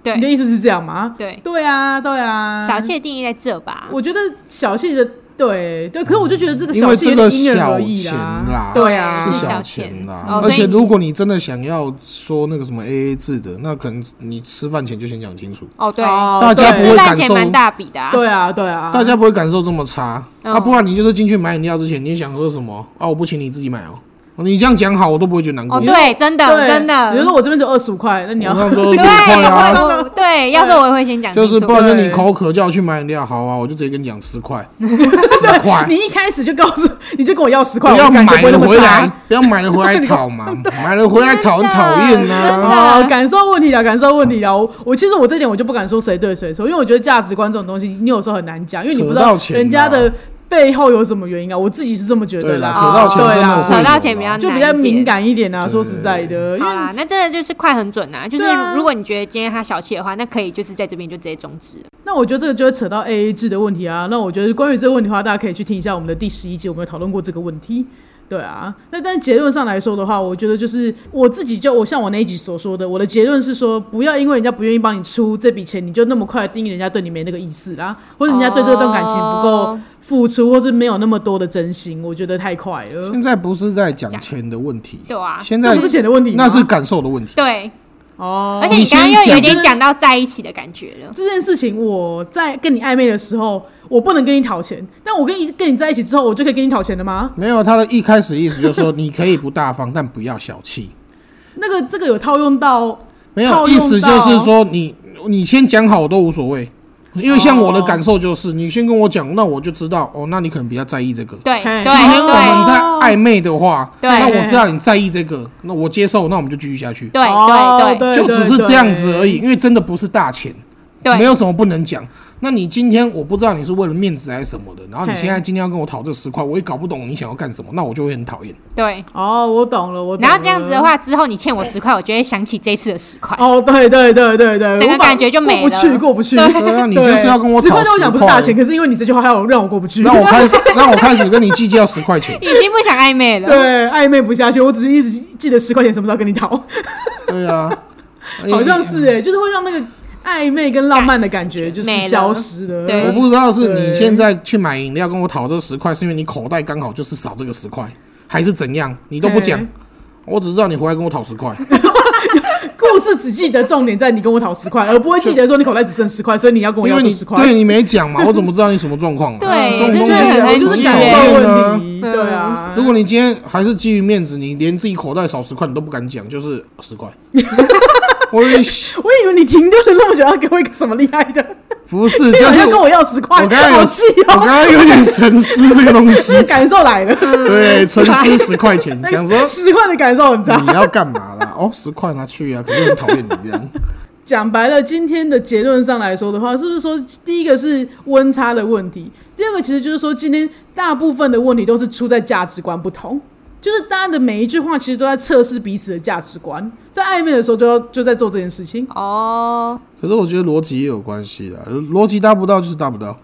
[SPEAKER 1] 你的
[SPEAKER 2] 对
[SPEAKER 1] 意思是这样吗？
[SPEAKER 2] 对，
[SPEAKER 1] 对啊，对啊。
[SPEAKER 2] 小气，的啊定义在这吧？
[SPEAKER 1] 我觉得小气的，对对。可是我就觉得这个
[SPEAKER 3] 嗯因为
[SPEAKER 1] 小气
[SPEAKER 3] 这
[SPEAKER 1] 有
[SPEAKER 3] 个
[SPEAKER 1] 点因人
[SPEAKER 3] 小
[SPEAKER 1] 而异
[SPEAKER 3] 钱啦，
[SPEAKER 1] 对啊，
[SPEAKER 3] 是
[SPEAKER 2] 是
[SPEAKER 3] 小
[SPEAKER 2] 小
[SPEAKER 3] 钱
[SPEAKER 2] 钱
[SPEAKER 3] 啦。
[SPEAKER 2] 哦
[SPEAKER 3] 而
[SPEAKER 2] 所以
[SPEAKER 3] 且
[SPEAKER 2] 你
[SPEAKER 3] 如果你真的想要说那个什么 AA 制的，那可能你吃饭前就先讲清楚。
[SPEAKER 2] 哦，对，
[SPEAKER 1] 哦
[SPEAKER 3] 大家不
[SPEAKER 2] 吃
[SPEAKER 3] 会
[SPEAKER 2] 饭
[SPEAKER 3] 感
[SPEAKER 2] 钱
[SPEAKER 3] 受
[SPEAKER 2] 蛮大笔的啊，
[SPEAKER 1] 对啊，对啊。
[SPEAKER 3] 大家不会感受这么差、
[SPEAKER 2] 嗯
[SPEAKER 3] 啊！不然你就是进去买饮料之前，你想喝什么啊？我不请你自己买哦。你这样讲好，我都不会觉得难过。
[SPEAKER 2] 哦，对，真的
[SPEAKER 1] 对，
[SPEAKER 2] 真的
[SPEAKER 1] 比如，说我这边只有二十五块，那你要
[SPEAKER 3] 我上桌
[SPEAKER 2] 对，
[SPEAKER 3] 五块啊，
[SPEAKER 2] 我我对，要是我也会先讲清
[SPEAKER 3] 就
[SPEAKER 2] 楚，
[SPEAKER 3] 是不然就
[SPEAKER 1] 对
[SPEAKER 3] 你口渴叫我去买饮料，好啊，我就直接跟你讲 十块，十块
[SPEAKER 1] 你一开始就告诉，你就跟我要十块，
[SPEAKER 3] 不要
[SPEAKER 1] 我感觉
[SPEAKER 3] 买
[SPEAKER 1] 不会那
[SPEAKER 3] 了
[SPEAKER 1] 么
[SPEAKER 3] 回来
[SPEAKER 1] 差。，
[SPEAKER 3] 不要买了 回来讨嘛，买了回来讨很讨厌
[SPEAKER 2] 真
[SPEAKER 3] 呐。
[SPEAKER 2] 的
[SPEAKER 1] 哦，感受问题啊，感受问题啊！我我其实我这点我就不敢说谁对谁错，因为我觉得价值观这种东西，你有时候很难讲，因为你不知
[SPEAKER 3] 扯
[SPEAKER 1] 道
[SPEAKER 3] 到钱啊
[SPEAKER 1] 人家的背后有什么原因啊。我自己是这么觉
[SPEAKER 3] 对
[SPEAKER 1] 得
[SPEAKER 3] 啦，
[SPEAKER 1] 啦，
[SPEAKER 3] 扯到钱真
[SPEAKER 1] 哦
[SPEAKER 3] 的会
[SPEAKER 1] 对
[SPEAKER 3] 有
[SPEAKER 1] 啦
[SPEAKER 2] 扯
[SPEAKER 3] 啦
[SPEAKER 2] 到钱比较
[SPEAKER 1] 就比
[SPEAKER 2] 难
[SPEAKER 1] 较
[SPEAKER 2] 一点
[SPEAKER 1] 敏感一点啊。
[SPEAKER 3] 对
[SPEAKER 1] 说实在的，因为
[SPEAKER 2] 好啦，那真的就是快很准啊！就是
[SPEAKER 1] 对啊
[SPEAKER 2] 如果你觉得今天他小气的话，那可以就是在这边就直接终止了。
[SPEAKER 1] 那我觉得这个就会扯到 AA 制的问题啊。那我觉得关于这个问题的话，大家可以去听一下我们的第十一集，我们有讨论过这个问题。对啊，那但结论上来说的话，我觉得就是我自己就我像我那一集所说的，我的结论是说，不要因为人家不愿意帮你出这笔钱，你就那么快地定义人家对你没那个意思啦，或者人家对这段感情不够
[SPEAKER 2] 哦
[SPEAKER 1] 付出，或是没有那么多的真心，我觉得太快了。
[SPEAKER 3] 现在不是在讲钱的问题，
[SPEAKER 2] 对啊
[SPEAKER 3] 现
[SPEAKER 1] 这
[SPEAKER 3] 在
[SPEAKER 1] 不是钱的问题吗，
[SPEAKER 3] 那是感受的问题。
[SPEAKER 2] 对，
[SPEAKER 1] 哦，
[SPEAKER 2] 而且你刚刚又有
[SPEAKER 3] 你先
[SPEAKER 2] 点讲到在一起的感觉了。
[SPEAKER 1] 这件事情，我在跟你暧昧的时候，我不能跟你讨钱，但我跟你跟你在一起之后，我就可以跟你讨钱了吗？
[SPEAKER 3] 没有他的一开始意思就是说，你可以不大方，但不要小气。
[SPEAKER 1] 那个这个有套用到
[SPEAKER 3] 没
[SPEAKER 1] 套
[SPEAKER 3] 有
[SPEAKER 1] 用
[SPEAKER 3] 意
[SPEAKER 1] 到
[SPEAKER 3] 思就是说你，你先讲好我都无所谓，因为像我
[SPEAKER 1] 哦
[SPEAKER 3] 的感受就是，你先跟我讲，那我就知道哦，那你可能比较在意这个。
[SPEAKER 2] 对
[SPEAKER 1] 嘿
[SPEAKER 2] 对
[SPEAKER 3] 今天我们
[SPEAKER 2] 对
[SPEAKER 3] 在
[SPEAKER 1] 哦
[SPEAKER 3] 暧昧的话，
[SPEAKER 2] 对
[SPEAKER 3] 那我知道你在意这个，那我接受，那我们就继续下去，
[SPEAKER 2] 对
[SPEAKER 1] 哦
[SPEAKER 2] 对对
[SPEAKER 3] 就只是这样子而已，
[SPEAKER 1] 对
[SPEAKER 3] 因为真的不是大钱，
[SPEAKER 2] 对，
[SPEAKER 3] 没有什么不能讲。那你今天我不知道你是为了面子还是什么的，然后你
[SPEAKER 1] 嘿
[SPEAKER 3] 现在今天要跟我讨这十块，我也搞不懂你想要干什么，那我就会很 讨厌。
[SPEAKER 2] 对。
[SPEAKER 1] 哦，我懂了，我懂了
[SPEAKER 2] 然后这样子的，话，之后你欠我十块，我就会想起这次的十块。
[SPEAKER 1] 哦，对对对对对，
[SPEAKER 2] 整个
[SPEAKER 1] 我把
[SPEAKER 2] 感觉就没
[SPEAKER 1] 过不去，
[SPEAKER 2] 了
[SPEAKER 1] 过不去。
[SPEAKER 3] 对啊，你就是要跟我
[SPEAKER 1] 十
[SPEAKER 3] 讨
[SPEAKER 1] 块对我讲不是大钱，可是因为你这句话让我让我过不去，
[SPEAKER 3] 让我开始， 让我开始跟你计较十块钱。
[SPEAKER 2] 已经不想暧昧了，
[SPEAKER 1] 对暧昧不下去，我只是一直记得十块钱什么时候跟你讨，
[SPEAKER 3] 对啊，
[SPEAKER 1] 好像是哎，就是会让那个暧昧跟浪漫的感觉就是
[SPEAKER 2] 没了
[SPEAKER 1] 消失了。
[SPEAKER 2] 对
[SPEAKER 3] 哎我不知道是
[SPEAKER 1] 对
[SPEAKER 3] 你现在去买饮料跟我讨这十块，是因为你口袋刚好就是少这个十块，还是怎样？你都不讲
[SPEAKER 1] 嗯，
[SPEAKER 3] 我只知道你回来跟我讨十块。
[SPEAKER 1] 故事只记得重点在你跟我讨十块，而不会记得说你口袋只剩十块，所以你要 跟我
[SPEAKER 3] 因
[SPEAKER 1] 要
[SPEAKER 3] 为
[SPEAKER 1] 这
[SPEAKER 3] 你
[SPEAKER 1] 十块。
[SPEAKER 3] 对你没讲嘛，我怎么知道你什么状 况、啊？
[SPEAKER 2] 对
[SPEAKER 3] 这种
[SPEAKER 2] 这
[SPEAKER 3] 东
[SPEAKER 1] 就
[SPEAKER 3] 西
[SPEAKER 1] 是
[SPEAKER 2] 真的
[SPEAKER 1] 很
[SPEAKER 2] 很
[SPEAKER 1] 就是感受问题，
[SPEAKER 2] 嗯
[SPEAKER 1] 对啊。
[SPEAKER 3] 如果你今天还是基于面子，你连自己口袋少十块你都不敢讲，就是十 块。我以为
[SPEAKER 1] 我以为你停顿了那么久，要给我一个什么厉害的，
[SPEAKER 3] 不是，
[SPEAKER 1] 结
[SPEAKER 3] 就
[SPEAKER 1] 果
[SPEAKER 3] 是
[SPEAKER 1] 要跟我要十块，
[SPEAKER 3] 我刚刚有，
[SPEAKER 1] 好气
[SPEAKER 3] 我刚
[SPEAKER 1] 哦，
[SPEAKER 3] 刚有点沉思这个东 西
[SPEAKER 1] 是。感受来了，
[SPEAKER 3] 对，沉思十块钱，想 说嗯
[SPEAKER 1] 十块的感受很差
[SPEAKER 3] 你。要干嘛啦？哦，十块拿去啊，可是很讨厌你这 样。
[SPEAKER 1] 讲白了，今天的结论上来说的话，是不是说第一个是温差的问题，第二个其实就是说今天大部分的问题都是出在价值观不同，就是大家的每一句话其实都在测试彼此的价值观，在暧昧的时候就要就在做这件事情。
[SPEAKER 2] 哦
[SPEAKER 3] 可是我觉得逻辑也有关系的，逻辑达不到就是达不到。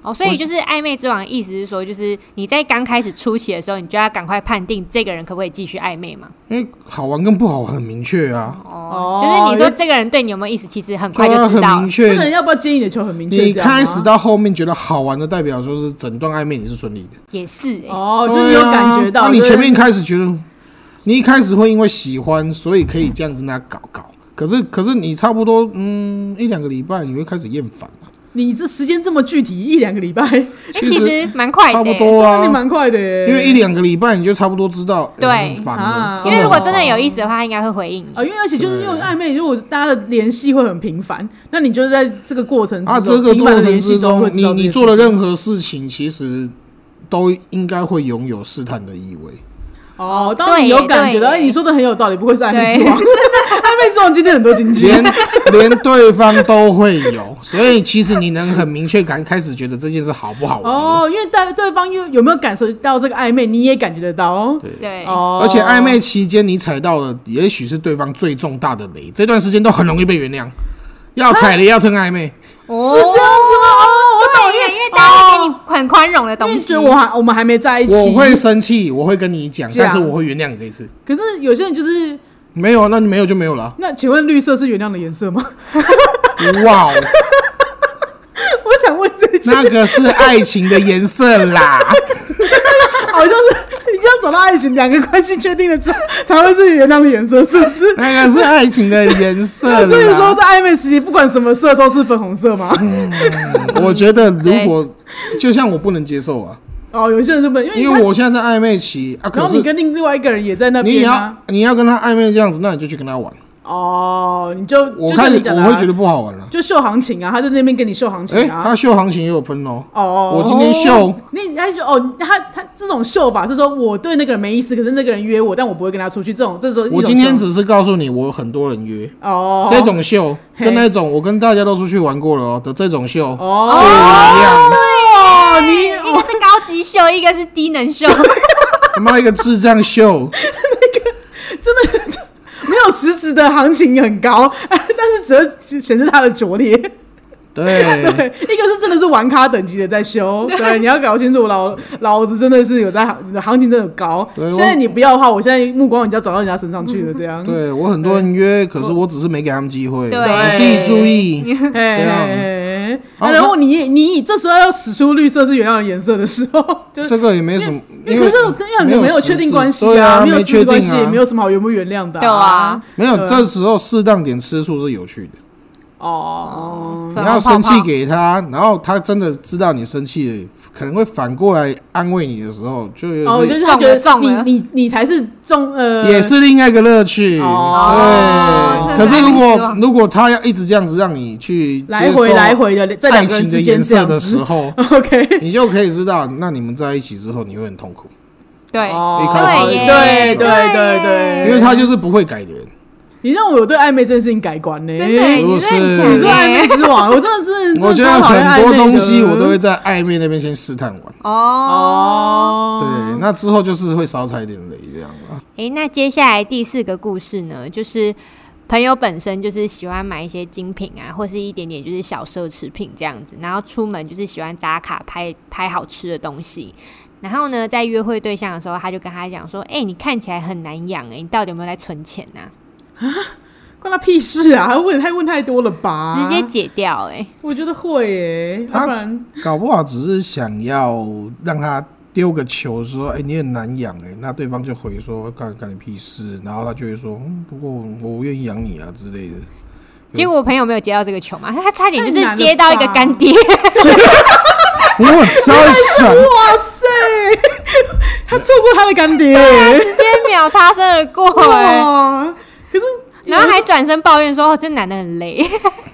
[SPEAKER 2] 哦，所以就是暧昧之王的意思是说，就是你在刚开始初期的时候，你就要赶快判定这个人可不可以继续暧昧嘛？
[SPEAKER 3] 因为好玩跟不好玩很明确啊，
[SPEAKER 2] 哦
[SPEAKER 1] 哦，
[SPEAKER 2] 就是你说这个人对你有没有意思，其实很快
[SPEAKER 3] 对啊
[SPEAKER 2] 就知
[SPEAKER 3] 很
[SPEAKER 2] 道
[SPEAKER 3] 明
[SPEAKER 2] 了。
[SPEAKER 1] 这个人
[SPEAKER 3] 确。
[SPEAKER 1] 要不要接你的球很明确，
[SPEAKER 3] 你
[SPEAKER 1] 这样吗啊
[SPEAKER 3] 开始到后面觉得好玩的，代表说是整段暧昧你是顺利的。
[SPEAKER 2] 也是哎、
[SPEAKER 1] 哦，就是你有感觉
[SPEAKER 3] 对
[SPEAKER 1] 到，
[SPEAKER 3] 啊那你
[SPEAKER 1] 就是
[SPEAKER 3] 前面开始觉得，你一开始会因为喜欢，所以可以这样子那搞搞。可是可是你差不多嗯一两个礼拜，你会开始厌烦了。
[SPEAKER 1] 你这时间这么具体，一两个礼拜，
[SPEAKER 2] 哎其实蛮快的、
[SPEAKER 3] 差
[SPEAKER 2] 欸，
[SPEAKER 3] 不多啊，
[SPEAKER 1] 那你蛮快的耶。
[SPEAKER 3] 因为一两个礼拜你就差不多知道，
[SPEAKER 2] 对
[SPEAKER 3] 哎很烦
[SPEAKER 1] 啊
[SPEAKER 3] 了。
[SPEAKER 2] 因为如果
[SPEAKER 3] 很
[SPEAKER 2] 真
[SPEAKER 3] 烦
[SPEAKER 2] 的有意思的话，他应该会回应你。
[SPEAKER 1] 啊，因为而且就是因为暧昧，如果大家的联系会很频繁，那你就是在这个过程之
[SPEAKER 3] 啊，这
[SPEAKER 1] 中，
[SPEAKER 3] 个
[SPEAKER 1] 频
[SPEAKER 3] 过
[SPEAKER 1] 繁的
[SPEAKER 3] 程
[SPEAKER 1] 联
[SPEAKER 3] 之
[SPEAKER 1] 系中
[SPEAKER 3] 中
[SPEAKER 1] 会，知
[SPEAKER 3] 你
[SPEAKER 1] 道这件
[SPEAKER 3] 你
[SPEAKER 1] 事
[SPEAKER 3] 做的
[SPEAKER 1] 情
[SPEAKER 3] 任何事情，其实都应该会拥有试探的意味。
[SPEAKER 1] 哦，当你
[SPEAKER 2] 对
[SPEAKER 1] 有
[SPEAKER 2] 耶
[SPEAKER 1] 感觉到，哎，
[SPEAKER 2] 对
[SPEAKER 1] 你
[SPEAKER 2] 耶
[SPEAKER 1] 说的很有道理，不愧是暧昧
[SPEAKER 2] 对
[SPEAKER 1] 之王， 暧昧之王今天很多金 句，
[SPEAKER 3] 连连对方都会有，所以其实你能很明确感开始觉得这件事好不好玩。
[SPEAKER 1] 哦，因为对对方又有没有感受到这个暧昧，你也感觉得到哦，
[SPEAKER 3] 对
[SPEAKER 2] 对，
[SPEAKER 1] 哦，
[SPEAKER 3] 而且暧昧期间你踩到的，也许是对方最重大的雷，这段时间都很容易被原谅。要踩雷，要趁暧昧，
[SPEAKER 1] 是这样子吗？哦，我懂，
[SPEAKER 2] 对耶，因为大家会给你很宽容的
[SPEAKER 1] 哦因
[SPEAKER 2] 东
[SPEAKER 1] 为
[SPEAKER 2] 西
[SPEAKER 1] 觉得。我还我们还没在一起，
[SPEAKER 3] 我会生气，我会跟你讲，
[SPEAKER 1] 讲
[SPEAKER 3] 但是我会原谅你这一次。
[SPEAKER 1] 可是有些人就是，
[SPEAKER 3] 没有，那你没有就没有了啊。
[SPEAKER 1] 那请问绿色是原谅的颜色吗？
[SPEAKER 3] 哇哦，
[SPEAKER 1] 我想问这句，
[SPEAKER 3] 那个是爱情的颜色 啦。
[SPEAKER 1] 好像是你这样走到爱情，两个关系确定了之后，才会是原谅的颜色，是不是？
[SPEAKER 3] 那个是爱情的颜色啦
[SPEAKER 1] 那 所以说，在暧昧时期，不管什么色都是粉红色吗？
[SPEAKER 3] 嗯
[SPEAKER 1] 嗯
[SPEAKER 3] 我觉得如果就像我不能接受啊，
[SPEAKER 1] 哦，有些人是不能，因
[SPEAKER 3] 因
[SPEAKER 1] 为
[SPEAKER 3] 为
[SPEAKER 1] 你
[SPEAKER 3] 我现在在暧昧期啊，
[SPEAKER 1] 看然
[SPEAKER 3] 可
[SPEAKER 1] 后你
[SPEAKER 3] 是
[SPEAKER 1] 跟另另外一个人也在那
[SPEAKER 3] 你也
[SPEAKER 1] 边
[SPEAKER 3] 要
[SPEAKER 1] 啊。
[SPEAKER 3] 你要跟他暧昧这样子，那你就去跟他玩。
[SPEAKER 1] 哦，你就
[SPEAKER 3] 我
[SPEAKER 1] 就
[SPEAKER 3] 开
[SPEAKER 1] 像
[SPEAKER 3] 始
[SPEAKER 1] 你讲的
[SPEAKER 3] 我
[SPEAKER 1] 啊、
[SPEAKER 3] 会觉得不好玩了。
[SPEAKER 1] 就秀行情啊，他在那边跟你秀行
[SPEAKER 3] 哎，
[SPEAKER 1] 情啊。
[SPEAKER 3] 他秀行情也有分哦。
[SPEAKER 1] 哦哦，
[SPEAKER 3] 我今天秀，
[SPEAKER 1] 你他就哦，他他这种秀法是说我对那个人没意思，可是那个人约我，但我不会跟他出去。这种这种一种
[SPEAKER 3] 我今天
[SPEAKER 1] 秀
[SPEAKER 3] 只是告诉你，我有很多人约
[SPEAKER 1] 哦
[SPEAKER 3] 这种秀，
[SPEAKER 1] 嘿
[SPEAKER 3] 跟那种我跟大家都出去玩过了哦的这种秀不
[SPEAKER 1] 哦
[SPEAKER 3] 一样。
[SPEAKER 1] 哦，你
[SPEAKER 2] 一个是高级秀，一个是低能秀，
[SPEAKER 3] 他妈一个智障 秀，
[SPEAKER 1] 真的就 没有实质的行情很高，但是只是显示它的拙劣。
[SPEAKER 3] 对，
[SPEAKER 1] 对，一个是真的是玩咖等级的在 修，对，你要搞清楚，老老子真的是有在行行情真的很高。
[SPEAKER 3] 对我
[SPEAKER 1] 现在你不要的话，我现在目光已经要转到人家身上去了，这样。
[SPEAKER 3] 对我很多人约，可是我只是没给他们机会，
[SPEAKER 2] 对
[SPEAKER 3] 我自己注意。
[SPEAKER 1] 嘿，
[SPEAKER 3] 这样啊
[SPEAKER 1] 哎
[SPEAKER 3] 好
[SPEAKER 1] 然后你你这时候要使出绿色是原谅的颜色的时候， 就是
[SPEAKER 3] 这个也没什么，
[SPEAKER 1] 因
[SPEAKER 3] 因
[SPEAKER 1] 为
[SPEAKER 3] 为
[SPEAKER 1] 可是因为很
[SPEAKER 3] 没
[SPEAKER 1] 多
[SPEAKER 3] 有
[SPEAKER 1] 没有
[SPEAKER 3] 实
[SPEAKER 1] 确定
[SPEAKER 3] 质
[SPEAKER 1] 关系
[SPEAKER 3] 对啊，
[SPEAKER 1] 没有
[SPEAKER 3] 没
[SPEAKER 1] 实质
[SPEAKER 3] 确
[SPEAKER 1] 关
[SPEAKER 3] 定
[SPEAKER 1] 系，
[SPEAKER 3] 啊，
[SPEAKER 1] 没有什么好原不原谅的。
[SPEAKER 2] 对啊，
[SPEAKER 3] 没 有
[SPEAKER 1] 对啊
[SPEAKER 3] 这时候适当点吃醋是有趣的。
[SPEAKER 1] 哦，
[SPEAKER 3] 你要生气给他，然后他真的知道你生气了，可能会反过来安慰你的时候，就有
[SPEAKER 1] 哦，就
[SPEAKER 3] 时
[SPEAKER 1] 是他觉得
[SPEAKER 2] 中
[SPEAKER 1] 你
[SPEAKER 2] 了中了
[SPEAKER 1] 你你才是中呃，
[SPEAKER 3] 也是另外一个乐趣。
[SPEAKER 1] 哦
[SPEAKER 2] 这
[SPEAKER 3] 对，可是
[SPEAKER 2] 才
[SPEAKER 3] 如
[SPEAKER 2] 是希
[SPEAKER 3] 果
[SPEAKER 2] 望
[SPEAKER 3] 如果他要一直这样子让你去
[SPEAKER 1] 来
[SPEAKER 3] 接受
[SPEAKER 1] 回来回的在
[SPEAKER 3] 爱
[SPEAKER 1] 两个人
[SPEAKER 3] 情
[SPEAKER 1] 之
[SPEAKER 3] 的颜
[SPEAKER 1] 间这
[SPEAKER 3] 色
[SPEAKER 1] 样
[SPEAKER 3] 的时
[SPEAKER 1] 子。
[SPEAKER 3] 候，
[SPEAKER 1] OK，
[SPEAKER 3] 你就可以知道，那你们在一起之后你会很痛苦，
[SPEAKER 2] 对，
[SPEAKER 1] 哦
[SPEAKER 3] 一开始
[SPEAKER 1] 对对
[SPEAKER 2] 对耶
[SPEAKER 1] 对对，
[SPEAKER 3] 因为他就是不会改的人。
[SPEAKER 1] 你让我有对暧昧这件事情改观呢、
[SPEAKER 2] 真的，
[SPEAKER 1] 你
[SPEAKER 3] 如
[SPEAKER 2] 你
[SPEAKER 3] 是
[SPEAKER 2] 真的
[SPEAKER 3] 你
[SPEAKER 2] 很
[SPEAKER 1] 是
[SPEAKER 2] 强
[SPEAKER 1] 暧昧
[SPEAKER 2] 耶
[SPEAKER 1] 之王，我真的 是，
[SPEAKER 3] 我
[SPEAKER 1] 真
[SPEAKER 3] 觉
[SPEAKER 1] 的嗯超
[SPEAKER 3] 得
[SPEAKER 1] 讨厌
[SPEAKER 3] 很
[SPEAKER 1] 暧
[SPEAKER 3] 多
[SPEAKER 1] 昧的
[SPEAKER 3] 东西我都会在暧昧那边先试探完，
[SPEAKER 2] 哦。
[SPEAKER 1] 哦，
[SPEAKER 3] 对，那之后就是会少踩点雷这样啊。
[SPEAKER 2] 诶，那接下来第四个故事呢，就是朋友本身就是喜欢买一些精品啊，或是一点点就是小奢侈品这样子，然后出门就是喜欢打卡拍拍好吃的东西。然后呢，在约会对象的时候，他就跟他讲说：“诶，你看起来很难养、诶，你到底有没有在存钱啊呐、
[SPEAKER 1] 关他屁事啊！他问太问太多了吧？
[SPEAKER 2] 直接，解掉、诶，
[SPEAKER 1] 我觉得会耶、
[SPEAKER 3] 他
[SPEAKER 1] 要不然
[SPEAKER 3] 搞不好只是想要让他丢个球，说：“哎、你很难养哎、那对方就回说：“干干你屁事。”然后他就会说：“嗯、不过我愿意养你啊之类的。嗯
[SPEAKER 2] 结果我朋友没有接到这个球嘛，他差点就
[SPEAKER 1] 太难
[SPEAKER 2] 是
[SPEAKER 1] 了
[SPEAKER 2] 接到一个
[SPEAKER 1] 吧
[SPEAKER 2] 干爹，
[SPEAKER 3] 我超爽，
[SPEAKER 1] 哇塞， 他错过他的干爹、
[SPEAKER 2] 直接秒擦身而过、诶，
[SPEAKER 1] 哇！可是
[SPEAKER 2] 然后还转身抱怨说：“哦，这男的很累。”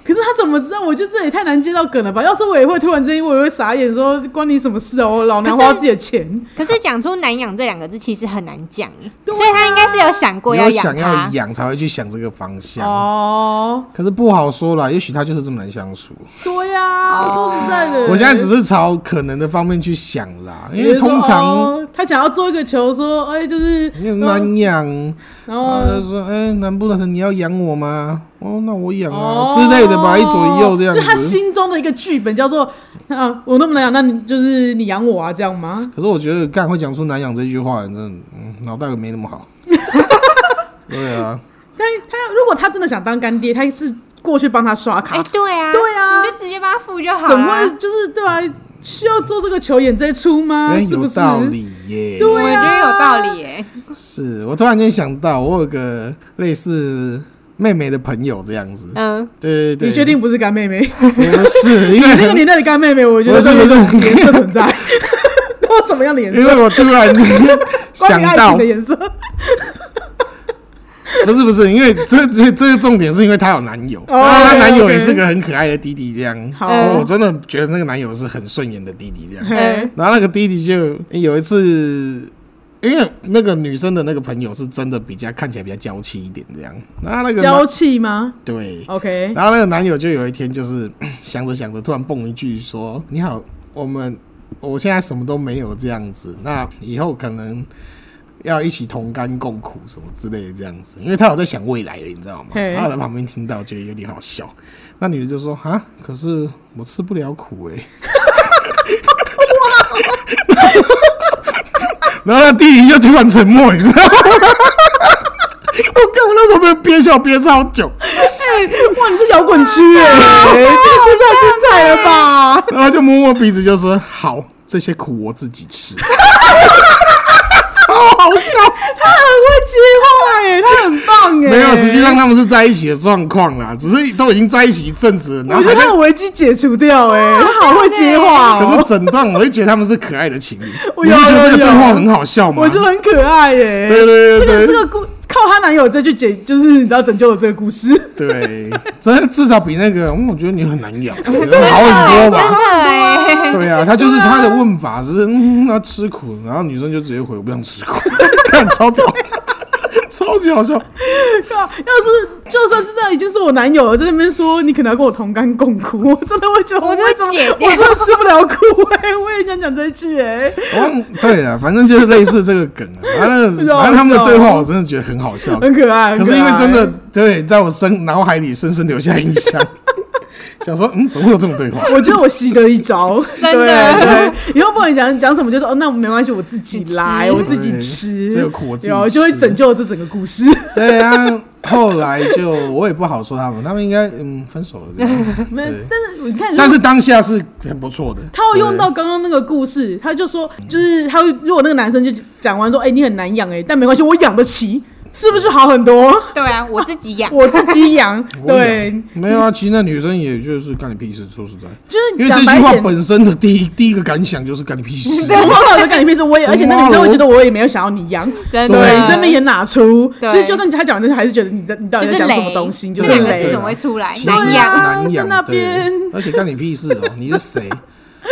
[SPEAKER 1] 可是他怎么知道？我觉得这也太难接到梗了吧？要是我也会突然之间，我也会傻眼说关你什么事啊？我老娘
[SPEAKER 2] 可是
[SPEAKER 1] 花自己的 钱，
[SPEAKER 2] 可是讲出“难养”这两个字其实很难讲耶，
[SPEAKER 1] 啊
[SPEAKER 2] 所以他应该是有想过
[SPEAKER 3] 你
[SPEAKER 2] 要
[SPEAKER 3] 有
[SPEAKER 2] 养
[SPEAKER 3] 想
[SPEAKER 2] 它
[SPEAKER 3] 要养才会去想这个方向。
[SPEAKER 1] 哦，
[SPEAKER 3] 可是不好说啦，也许他就是这么难相处。
[SPEAKER 1] 对呀、说实在的，
[SPEAKER 3] 哦我现在只是朝可能的方面去想啦，因为通常
[SPEAKER 1] 哦他想要做一个球，说哎、就是，哦
[SPEAKER 3] 你很难养，
[SPEAKER 1] 然
[SPEAKER 3] 然后
[SPEAKER 1] 后
[SPEAKER 3] 就说：“哎、难不成你要养我吗？”哦，那我养啊、之类的吧，一左一右这样子。
[SPEAKER 1] 就他心中的一个剧本叫做啊，我那么难养，那你就是你养我啊，这样吗？
[SPEAKER 3] 可是我觉得干会讲出难养这句话，真的，嗯，脑袋没那 么好。对啊，
[SPEAKER 1] 但他如果他真的想当干爹，他是过去帮他刷卡，
[SPEAKER 2] 哎、对啊，
[SPEAKER 1] 对啊
[SPEAKER 2] 你就直接帮他付
[SPEAKER 3] 啊
[SPEAKER 2] 就好
[SPEAKER 1] 怎么
[SPEAKER 2] 了
[SPEAKER 1] 会。就是对吧、需要做这个球演这一出吗？
[SPEAKER 3] 哎
[SPEAKER 1] 啊是不
[SPEAKER 3] 有
[SPEAKER 1] 是？
[SPEAKER 3] 道理耶。
[SPEAKER 2] 我
[SPEAKER 1] 对
[SPEAKER 2] 觉得
[SPEAKER 1] 啊，
[SPEAKER 2] 有道理耶，
[SPEAKER 3] 是我突然间想到，我有个类似妹妹的朋友这样子。
[SPEAKER 2] 嗯，
[SPEAKER 3] 对对对，
[SPEAKER 1] 你确定不是干妹妹？
[SPEAKER 3] 不 是？因为
[SPEAKER 1] 那个年代的干妹妹，我觉得
[SPEAKER 3] 不是不是
[SPEAKER 1] 都有 一种颜色存在，都有什么样的颜
[SPEAKER 3] 因
[SPEAKER 1] 色？
[SPEAKER 3] 为我突然
[SPEAKER 1] 关
[SPEAKER 3] 想
[SPEAKER 1] 于爱
[SPEAKER 3] 到
[SPEAKER 1] 情的，颜色。
[SPEAKER 3] 不是不是，因为这这这个重点是因为她有男友，
[SPEAKER 1] 哦
[SPEAKER 3] 然后她男友
[SPEAKER 1] OK
[SPEAKER 3] 也是个很可爱的弟弟这样。
[SPEAKER 1] 好
[SPEAKER 3] 然后我真的觉得那个男友是很顺眼的弟弟这样。
[SPEAKER 1] 嘿
[SPEAKER 3] 然后那个弟弟就有一次，因为那个女生的那个朋友是真的比较看起来比较娇气一点这样，然后那个
[SPEAKER 1] 娇
[SPEAKER 3] 男
[SPEAKER 1] 气吗
[SPEAKER 3] 对，
[SPEAKER 1] ？OK，
[SPEAKER 3] 然后那个男友就有一天就是 想着想着，突然蹦一句说：“你好，我们我现在什么都没有这样子，那以后可能要一起同甘共苦什么之类的这样子。”因为他有在想未来的，你知道吗？
[SPEAKER 1] 嘿
[SPEAKER 3] 然后我在旁边听到，觉得有点好笑。那女的就说：“啊，可是我吃不了苦哎、欸。” 然后那弟弟就突然沉默，你知道吗？ 我看我那时候真的憋笑憋超久。
[SPEAKER 1] 哇，你是摇滚区 哎，这个故事太精彩了吧？
[SPEAKER 3] 然后就摸摸鼻子就说：“好，这些苦我自己吃。” 超好笑，
[SPEAKER 1] 他很会接话哎，他很棒哎。
[SPEAKER 3] 没有，实际上他们是在一起的状况啦，只是都已经在一起一阵子了，
[SPEAKER 1] 我
[SPEAKER 3] 然后
[SPEAKER 1] 觉
[SPEAKER 3] 还
[SPEAKER 1] 得
[SPEAKER 3] 在
[SPEAKER 1] 他。的危机解除掉哎，他好会接话
[SPEAKER 3] 可是
[SPEAKER 1] 哦，
[SPEAKER 3] 整段我就觉得他们是可爱的情侣，
[SPEAKER 1] 我
[SPEAKER 3] 你不
[SPEAKER 1] 有
[SPEAKER 3] 觉得这
[SPEAKER 1] 有
[SPEAKER 3] 个对
[SPEAKER 1] 有
[SPEAKER 3] 话很好笑吗？
[SPEAKER 1] 我觉得很可爱哎。
[SPEAKER 3] 对对对
[SPEAKER 1] 这个
[SPEAKER 3] 对
[SPEAKER 1] 这个故靠她男友这去解，就是你知道拯救了这个故事。
[SPEAKER 3] 对，真的至少比那个，嗯我觉得你很难养，好很多
[SPEAKER 2] 嗯真
[SPEAKER 3] 吧？
[SPEAKER 1] 啊
[SPEAKER 2] 的哎，
[SPEAKER 3] 对啊，他就是他的问法是，嗯，那吃苦，然后女生就直接回我不想吃苦， 看超屌， 超级好笑。
[SPEAKER 1] 对啊，要是就算是那已经是我男友了，在那边说你可能要跟我同甘共苦，我真的会觉得
[SPEAKER 2] 我
[SPEAKER 1] 我
[SPEAKER 2] 就
[SPEAKER 1] 为什么
[SPEAKER 2] 解掉
[SPEAKER 1] 我真的吃不了苦哎，我也想讲这一句哎。
[SPEAKER 3] 哦， 对啊，反正就是类似这个梗 啊。反正
[SPEAKER 1] 是好
[SPEAKER 3] 反正他们的
[SPEAKER 1] 笑
[SPEAKER 3] 对话，我真的觉得很好笑。
[SPEAKER 1] 很可爱，
[SPEAKER 3] 可是因为
[SPEAKER 1] 很爱
[SPEAKER 3] 真的，对，在我深脑海里深深留下印象。 想说，嗯，怎么会有这种对 话？
[SPEAKER 1] 我觉得我习得一 招，
[SPEAKER 2] 真
[SPEAKER 1] 对
[SPEAKER 2] 的
[SPEAKER 1] 对，以后不管你讲讲什么，就说哦，那我没关系，我自己来，
[SPEAKER 2] 吃
[SPEAKER 1] 我自己吃，
[SPEAKER 3] 这个苦我自己
[SPEAKER 1] 然后就会
[SPEAKER 3] 吃
[SPEAKER 1] 拯救这整个故事。
[SPEAKER 3] 对啊，后来就我也不好说他们，他们应该嗯分手了这 样。
[SPEAKER 1] 没有
[SPEAKER 3] 对，
[SPEAKER 1] 但是你看，如果
[SPEAKER 3] 但是当下是很不错的，
[SPEAKER 1] 他会用到刚刚那个故事，他就说，就是他会，如果那个男生就讲完说，哎、你很难养哎、但没关系，我养得起，是不是就好很多？
[SPEAKER 2] 对啊，我自己养。
[SPEAKER 1] 我自己养，
[SPEAKER 3] 对。我
[SPEAKER 1] 对
[SPEAKER 3] 也，没有啊，其实那女生也就是干你屁事，说实在，
[SPEAKER 1] 就是
[SPEAKER 3] 因为这
[SPEAKER 1] 讲白
[SPEAKER 3] 句话
[SPEAKER 1] 一点。
[SPEAKER 3] 本身的第一第一个感想就是干你屁 事。
[SPEAKER 1] 对，我老就感觉平时 我也，而且那女生会觉得我也没有想要你养，
[SPEAKER 2] 真
[SPEAKER 1] 哦对，
[SPEAKER 2] 的，
[SPEAKER 1] 你这边也拿出，
[SPEAKER 2] 对
[SPEAKER 1] 其实就算他讲的，还是觉得你在你到底
[SPEAKER 2] 就
[SPEAKER 1] 在
[SPEAKER 2] 是
[SPEAKER 1] 讲
[SPEAKER 2] 雷，
[SPEAKER 1] 什么东西，就
[SPEAKER 2] 这
[SPEAKER 1] 是
[SPEAKER 2] 两
[SPEAKER 3] 对
[SPEAKER 2] 个字
[SPEAKER 1] 雷
[SPEAKER 2] 怎。么会出来？
[SPEAKER 3] 其实
[SPEAKER 2] 难养，
[SPEAKER 1] 啊
[SPEAKER 3] 难
[SPEAKER 1] 在
[SPEAKER 3] 养，
[SPEAKER 1] 那
[SPEAKER 3] 对
[SPEAKER 1] 边
[SPEAKER 3] 而且干你屁事哦！你是谁？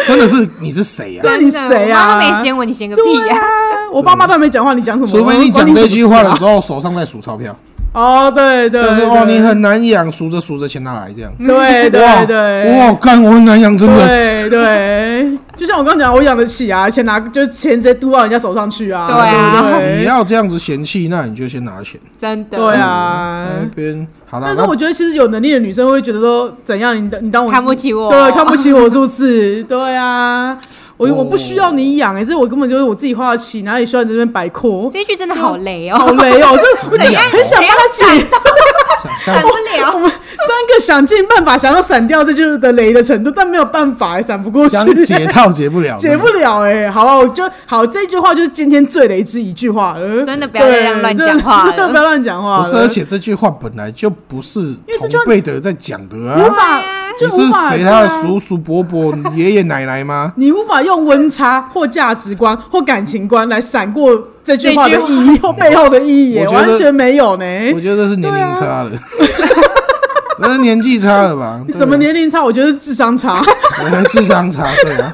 [SPEAKER 3] 真的是你是谁啊？
[SPEAKER 1] 对你谁啊
[SPEAKER 2] 我妈都没嫌我，你嫌个屁
[SPEAKER 1] 对
[SPEAKER 2] 呀！
[SPEAKER 1] 啊，我爸妈都没讲话，你讲什么？
[SPEAKER 3] 除非你
[SPEAKER 1] 关
[SPEAKER 3] 讲
[SPEAKER 1] 什
[SPEAKER 3] 这
[SPEAKER 1] 么
[SPEAKER 3] 句话的时
[SPEAKER 1] 事啊，
[SPEAKER 3] 候，手上在数钞票，
[SPEAKER 1] 哦，对对，
[SPEAKER 3] 就
[SPEAKER 1] 对
[SPEAKER 3] 是哦，你，很难养，数着数着钱拿来这样。
[SPEAKER 1] 对
[SPEAKER 3] 哇
[SPEAKER 1] 对对，
[SPEAKER 3] 哇，干我很难养，真的。
[SPEAKER 1] 对对，就像我刚刚讲，我养得起啊，钱拿就是钱直接嘟到人家手上去啊，
[SPEAKER 2] 对啊
[SPEAKER 3] 你
[SPEAKER 1] 对
[SPEAKER 3] 要这样子嫌弃，那你就先拿钱。
[SPEAKER 2] 真的，
[SPEAKER 1] 对啊。
[SPEAKER 3] 那边好了，
[SPEAKER 1] 但是我觉得，其实有能力的女生会觉得说，怎样你你当我
[SPEAKER 2] 看不起我，
[SPEAKER 1] 对看不起我是不 是？对啊，我
[SPEAKER 3] 哦
[SPEAKER 1] 我不需要你养，哎，这我根本就是我自己花得起，哪里需要你这边摆阔？
[SPEAKER 2] 这一句真的好雷 哦，
[SPEAKER 1] 好雷 哦，这我
[SPEAKER 3] 怎样
[SPEAKER 1] 很想帮他解，
[SPEAKER 2] 很无
[SPEAKER 1] 我
[SPEAKER 2] 聊。
[SPEAKER 1] 们三个想尽办法想要闪掉这就是的雷的程度，但没有办法，哎闪不过去。
[SPEAKER 3] 想解 套解不了，
[SPEAKER 1] 解不了哎、好啊，我就好，这句话就是今天最雷之一句话了。
[SPEAKER 2] 真的不要再
[SPEAKER 1] 对
[SPEAKER 2] 让乱讲话了
[SPEAKER 1] 真的不要乱讲话
[SPEAKER 3] 不
[SPEAKER 1] 了。
[SPEAKER 3] 是，而且这句话本来就不是
[SPEAKER 1] 为这
[SPEAKER 3] 同
[SPEAKER 1] 句话
[SPEAKER 3] 辈的在讲的
[SPEAKER 1] 无
[SPEAKER 3] 啊。
[SPEAKER 1] 法，
[SPEAKER 3] 你
[SPEAKER 1] 就是无法
[SPEAKER 3] 谁？
[SPEAKER 1] 对
[SPEAKER 3] 他的
[SPEAKER 1] 啊
[SPEAKER 3] 叔叔伯伯、爷爷奶奶吗？
[SPEAKER 1] 你无法用温差或价值观或感情观来闪过这句话的
[SPEAKER 2] 这句
[SPEAKER 1] 意义或背后的意义耶，
[SPEAKER 3] 我觉得
[SPEAKER 1] 完全没有呢。
[SPEAKER 3] 我觉得这是年龄差了， 那是年纪差了吧？对啊
[SPEAKER 1] 啊 什么？年龄差？我觉得是智商差。
[SPEAKER 3] 我们智商差，对 啊。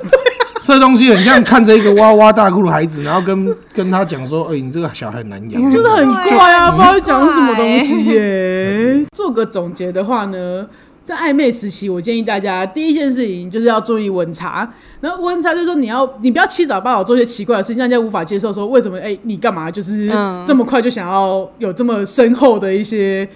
[SPEAKER 3] 这东西很像看着一个哇哇大哭的孩子，然后跟跟他讲说：“哎、你这个小孩很难养。”
[SPEAKER 1] 就是很怪啊，不
[SPEAKER 2] 对
[SPEAKER 1] 知道讲什么东西耶。做个总结的话呢，在暧昧时期，我建议大家第一件事情就是要注意温差。那温差就是说，你要你不要七早八早做一些奇怪的事情，让人家无法接受。说为什么？哎、你干嘛？就是
[SPEAKER 2] 嗯
[SPEAKER 1] 这么快就想要有这么深厚的一些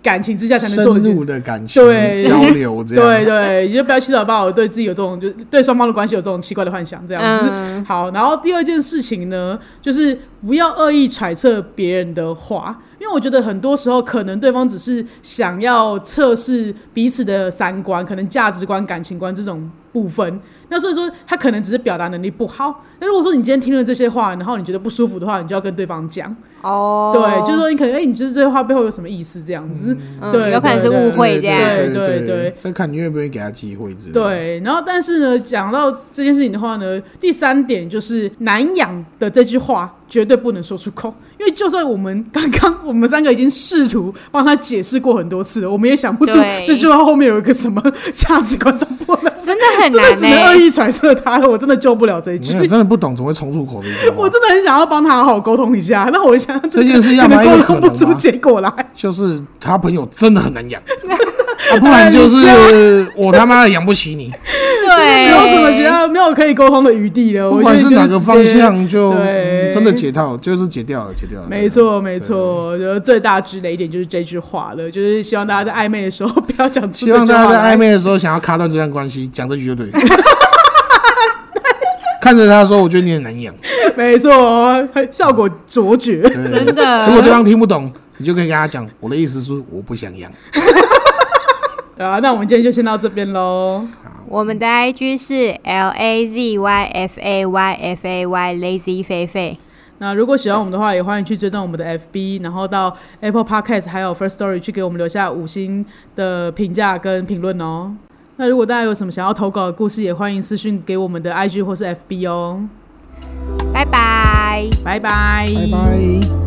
[SPEAKER 1] 感情之下才能
[SPEAKER 3] 深
[SPEAKER 1] 做的决定
[SPEAKER 3] 入的感情
[SPEAKER 1] 对
[SPEAKER 3] 交流，这样
[SPEAKER 1] 对对，你就不要七早八早对自己有这种，就是对双方的关系有这种奇怪的幻想，这样子、
[SPEAKER 2] 嗯
[SPEAKER 1] 好。然后第二件事情呢，就是不要恶意揣测别人的话，因为我觉得很多时候可能对方只是想要测试彼此的三观，可能价值观、感情观这种部分。那所以说，他可能只是表达能力不好。那如果说你今天听了这些话，然后你觉得不舒服的话，你就要跟对方讲。
[SPEAKER 2] 哦，
[SPEAKER 1] 对，就是说你可能哎、你觉得这些话背后有什么意思？这样子，
[SPEAKER 2] 嗯
[SPEAKER 1] 对，
[SPEAKER 2] 有可能是
[SPEAKER 1] 对
[SPEAKER 2] 误会这样
[SPEAKER 1] 对对
[SPEAKER 3] 对
[SPEAKER 1] 对，
[SPEAKER 3] 再看你愿不愿意给他机会之类的。
[SPEAKER 1] 对，然后但是呢，讲到这件事情的话呢，第三点就是难养的这句话绝对不能说出口，因为就算我们刚刚我们三个已经试图帮他解释过很多次了，我们也想不出
[SPEAKER 2] 对
[SPEAKER 1] 这句话后面有一个什么价值观上不能，
[SPEAKER 2] 真的很
[SPEAKER 1] 真的只能恶
[SPEAKER 2] 难呢。欸
[SPEAKER 1] 意揣测他了，我真的救不了这一
[SPEAKER 3] 没有
[SPEAKER 1] 句。
[SPEAKER 3] 真的不懂，怎么会冲出口的一句话
[SPEAKER 1] 我真的很想要帮他好好沟通一下，那我想
[SPEAKER 3] 这件 事要
[SPEAKER 1] 能
[SPEAKER 3] 蛮有
[SPEAKER 1] 沟
[SPEAKER 3] 可
[SPEAKER 1] 通不
[SPEAKER 3] 能
[SPEAKER 1] 出
[SPEAKER 3] 吗
[SPEAKER 1] 结果来，
[SPEAKER 3] 就是他朋友真的很难 养，啊、不然就
[SPEAKER 1] 哎
[SPEAKER 3] 是我他妈的养不起你。
[SPEAKER 1] 没有什么其
[SPEAKER 2] 对，
[SPEAKER 1] 他没有可以沟通的余地了。
[SPEAKER 3] 不
[SPEAKER 1] 我觉
[SPEAKER 3] 管
[SPEAKER 1] 得
[SPEAKER 3] 是
[SPEAKER 1] 就
[SPEAKER 3] 哪个
[SPEAKER 1] 直
[SPEAKER 3] 方
[SPEAKER 1] 接
[SPEAKER 3] 向，就
[SPEAKER 1] 对
[SPEAKER 3] 嗯真的解套了，就是解掉了，解掉了。
[SPEAKER 1] 没错，没错，就是最大值的一点就是这句话了，就是希望大家在暧昧的时候 不要讲出
[SPEAKER 3] 希
[SPEAKER 1] 这
[SPEAKER 3] 望
[SPEAKER 1] 句
[SPEAKER 3] 大
[SPEAKER 1] 话
[SPEAKER 3] 家在
[SPEAKER 1] 来。
[SPEAKER 3] 暧昧的时候想要卡断这段关系，讲这句就对。 看着他说：“我觉得你很难养。
[SPEAKER 1] 没错，效果卓绝。
[SPEAKER 3] 对
[SPEAKER 2] 真
[SPEAKER 3] 如果对
[SPEAKER 2] 的，
[SPEAKER 3] 方听不懂，你就可以跟他讲：“我的意思是我不想养。
[SPEAKER 1] 对 啊，那我们今天就先到这边喽。
[SPEAKER 2] 我们的 IG 是 L A Z Y F A Y F A Y Lazy 菲菲，
[SPEAKER 1] 那如果喜欢我们的话，也欢迎去追踪我们的 FB，然后到 Apple Podcast 还有 First Story 去给我们留下五星的评价跟评论哦。那如果大家有什么想要投稿的故事，也欢迎私讯给我们的 IG 或是 FB 哦。
[SPEAKER 2] 拜拜。
[SPEAKER 1] 拜拜，”
[SPEAKER 3] 拜拜。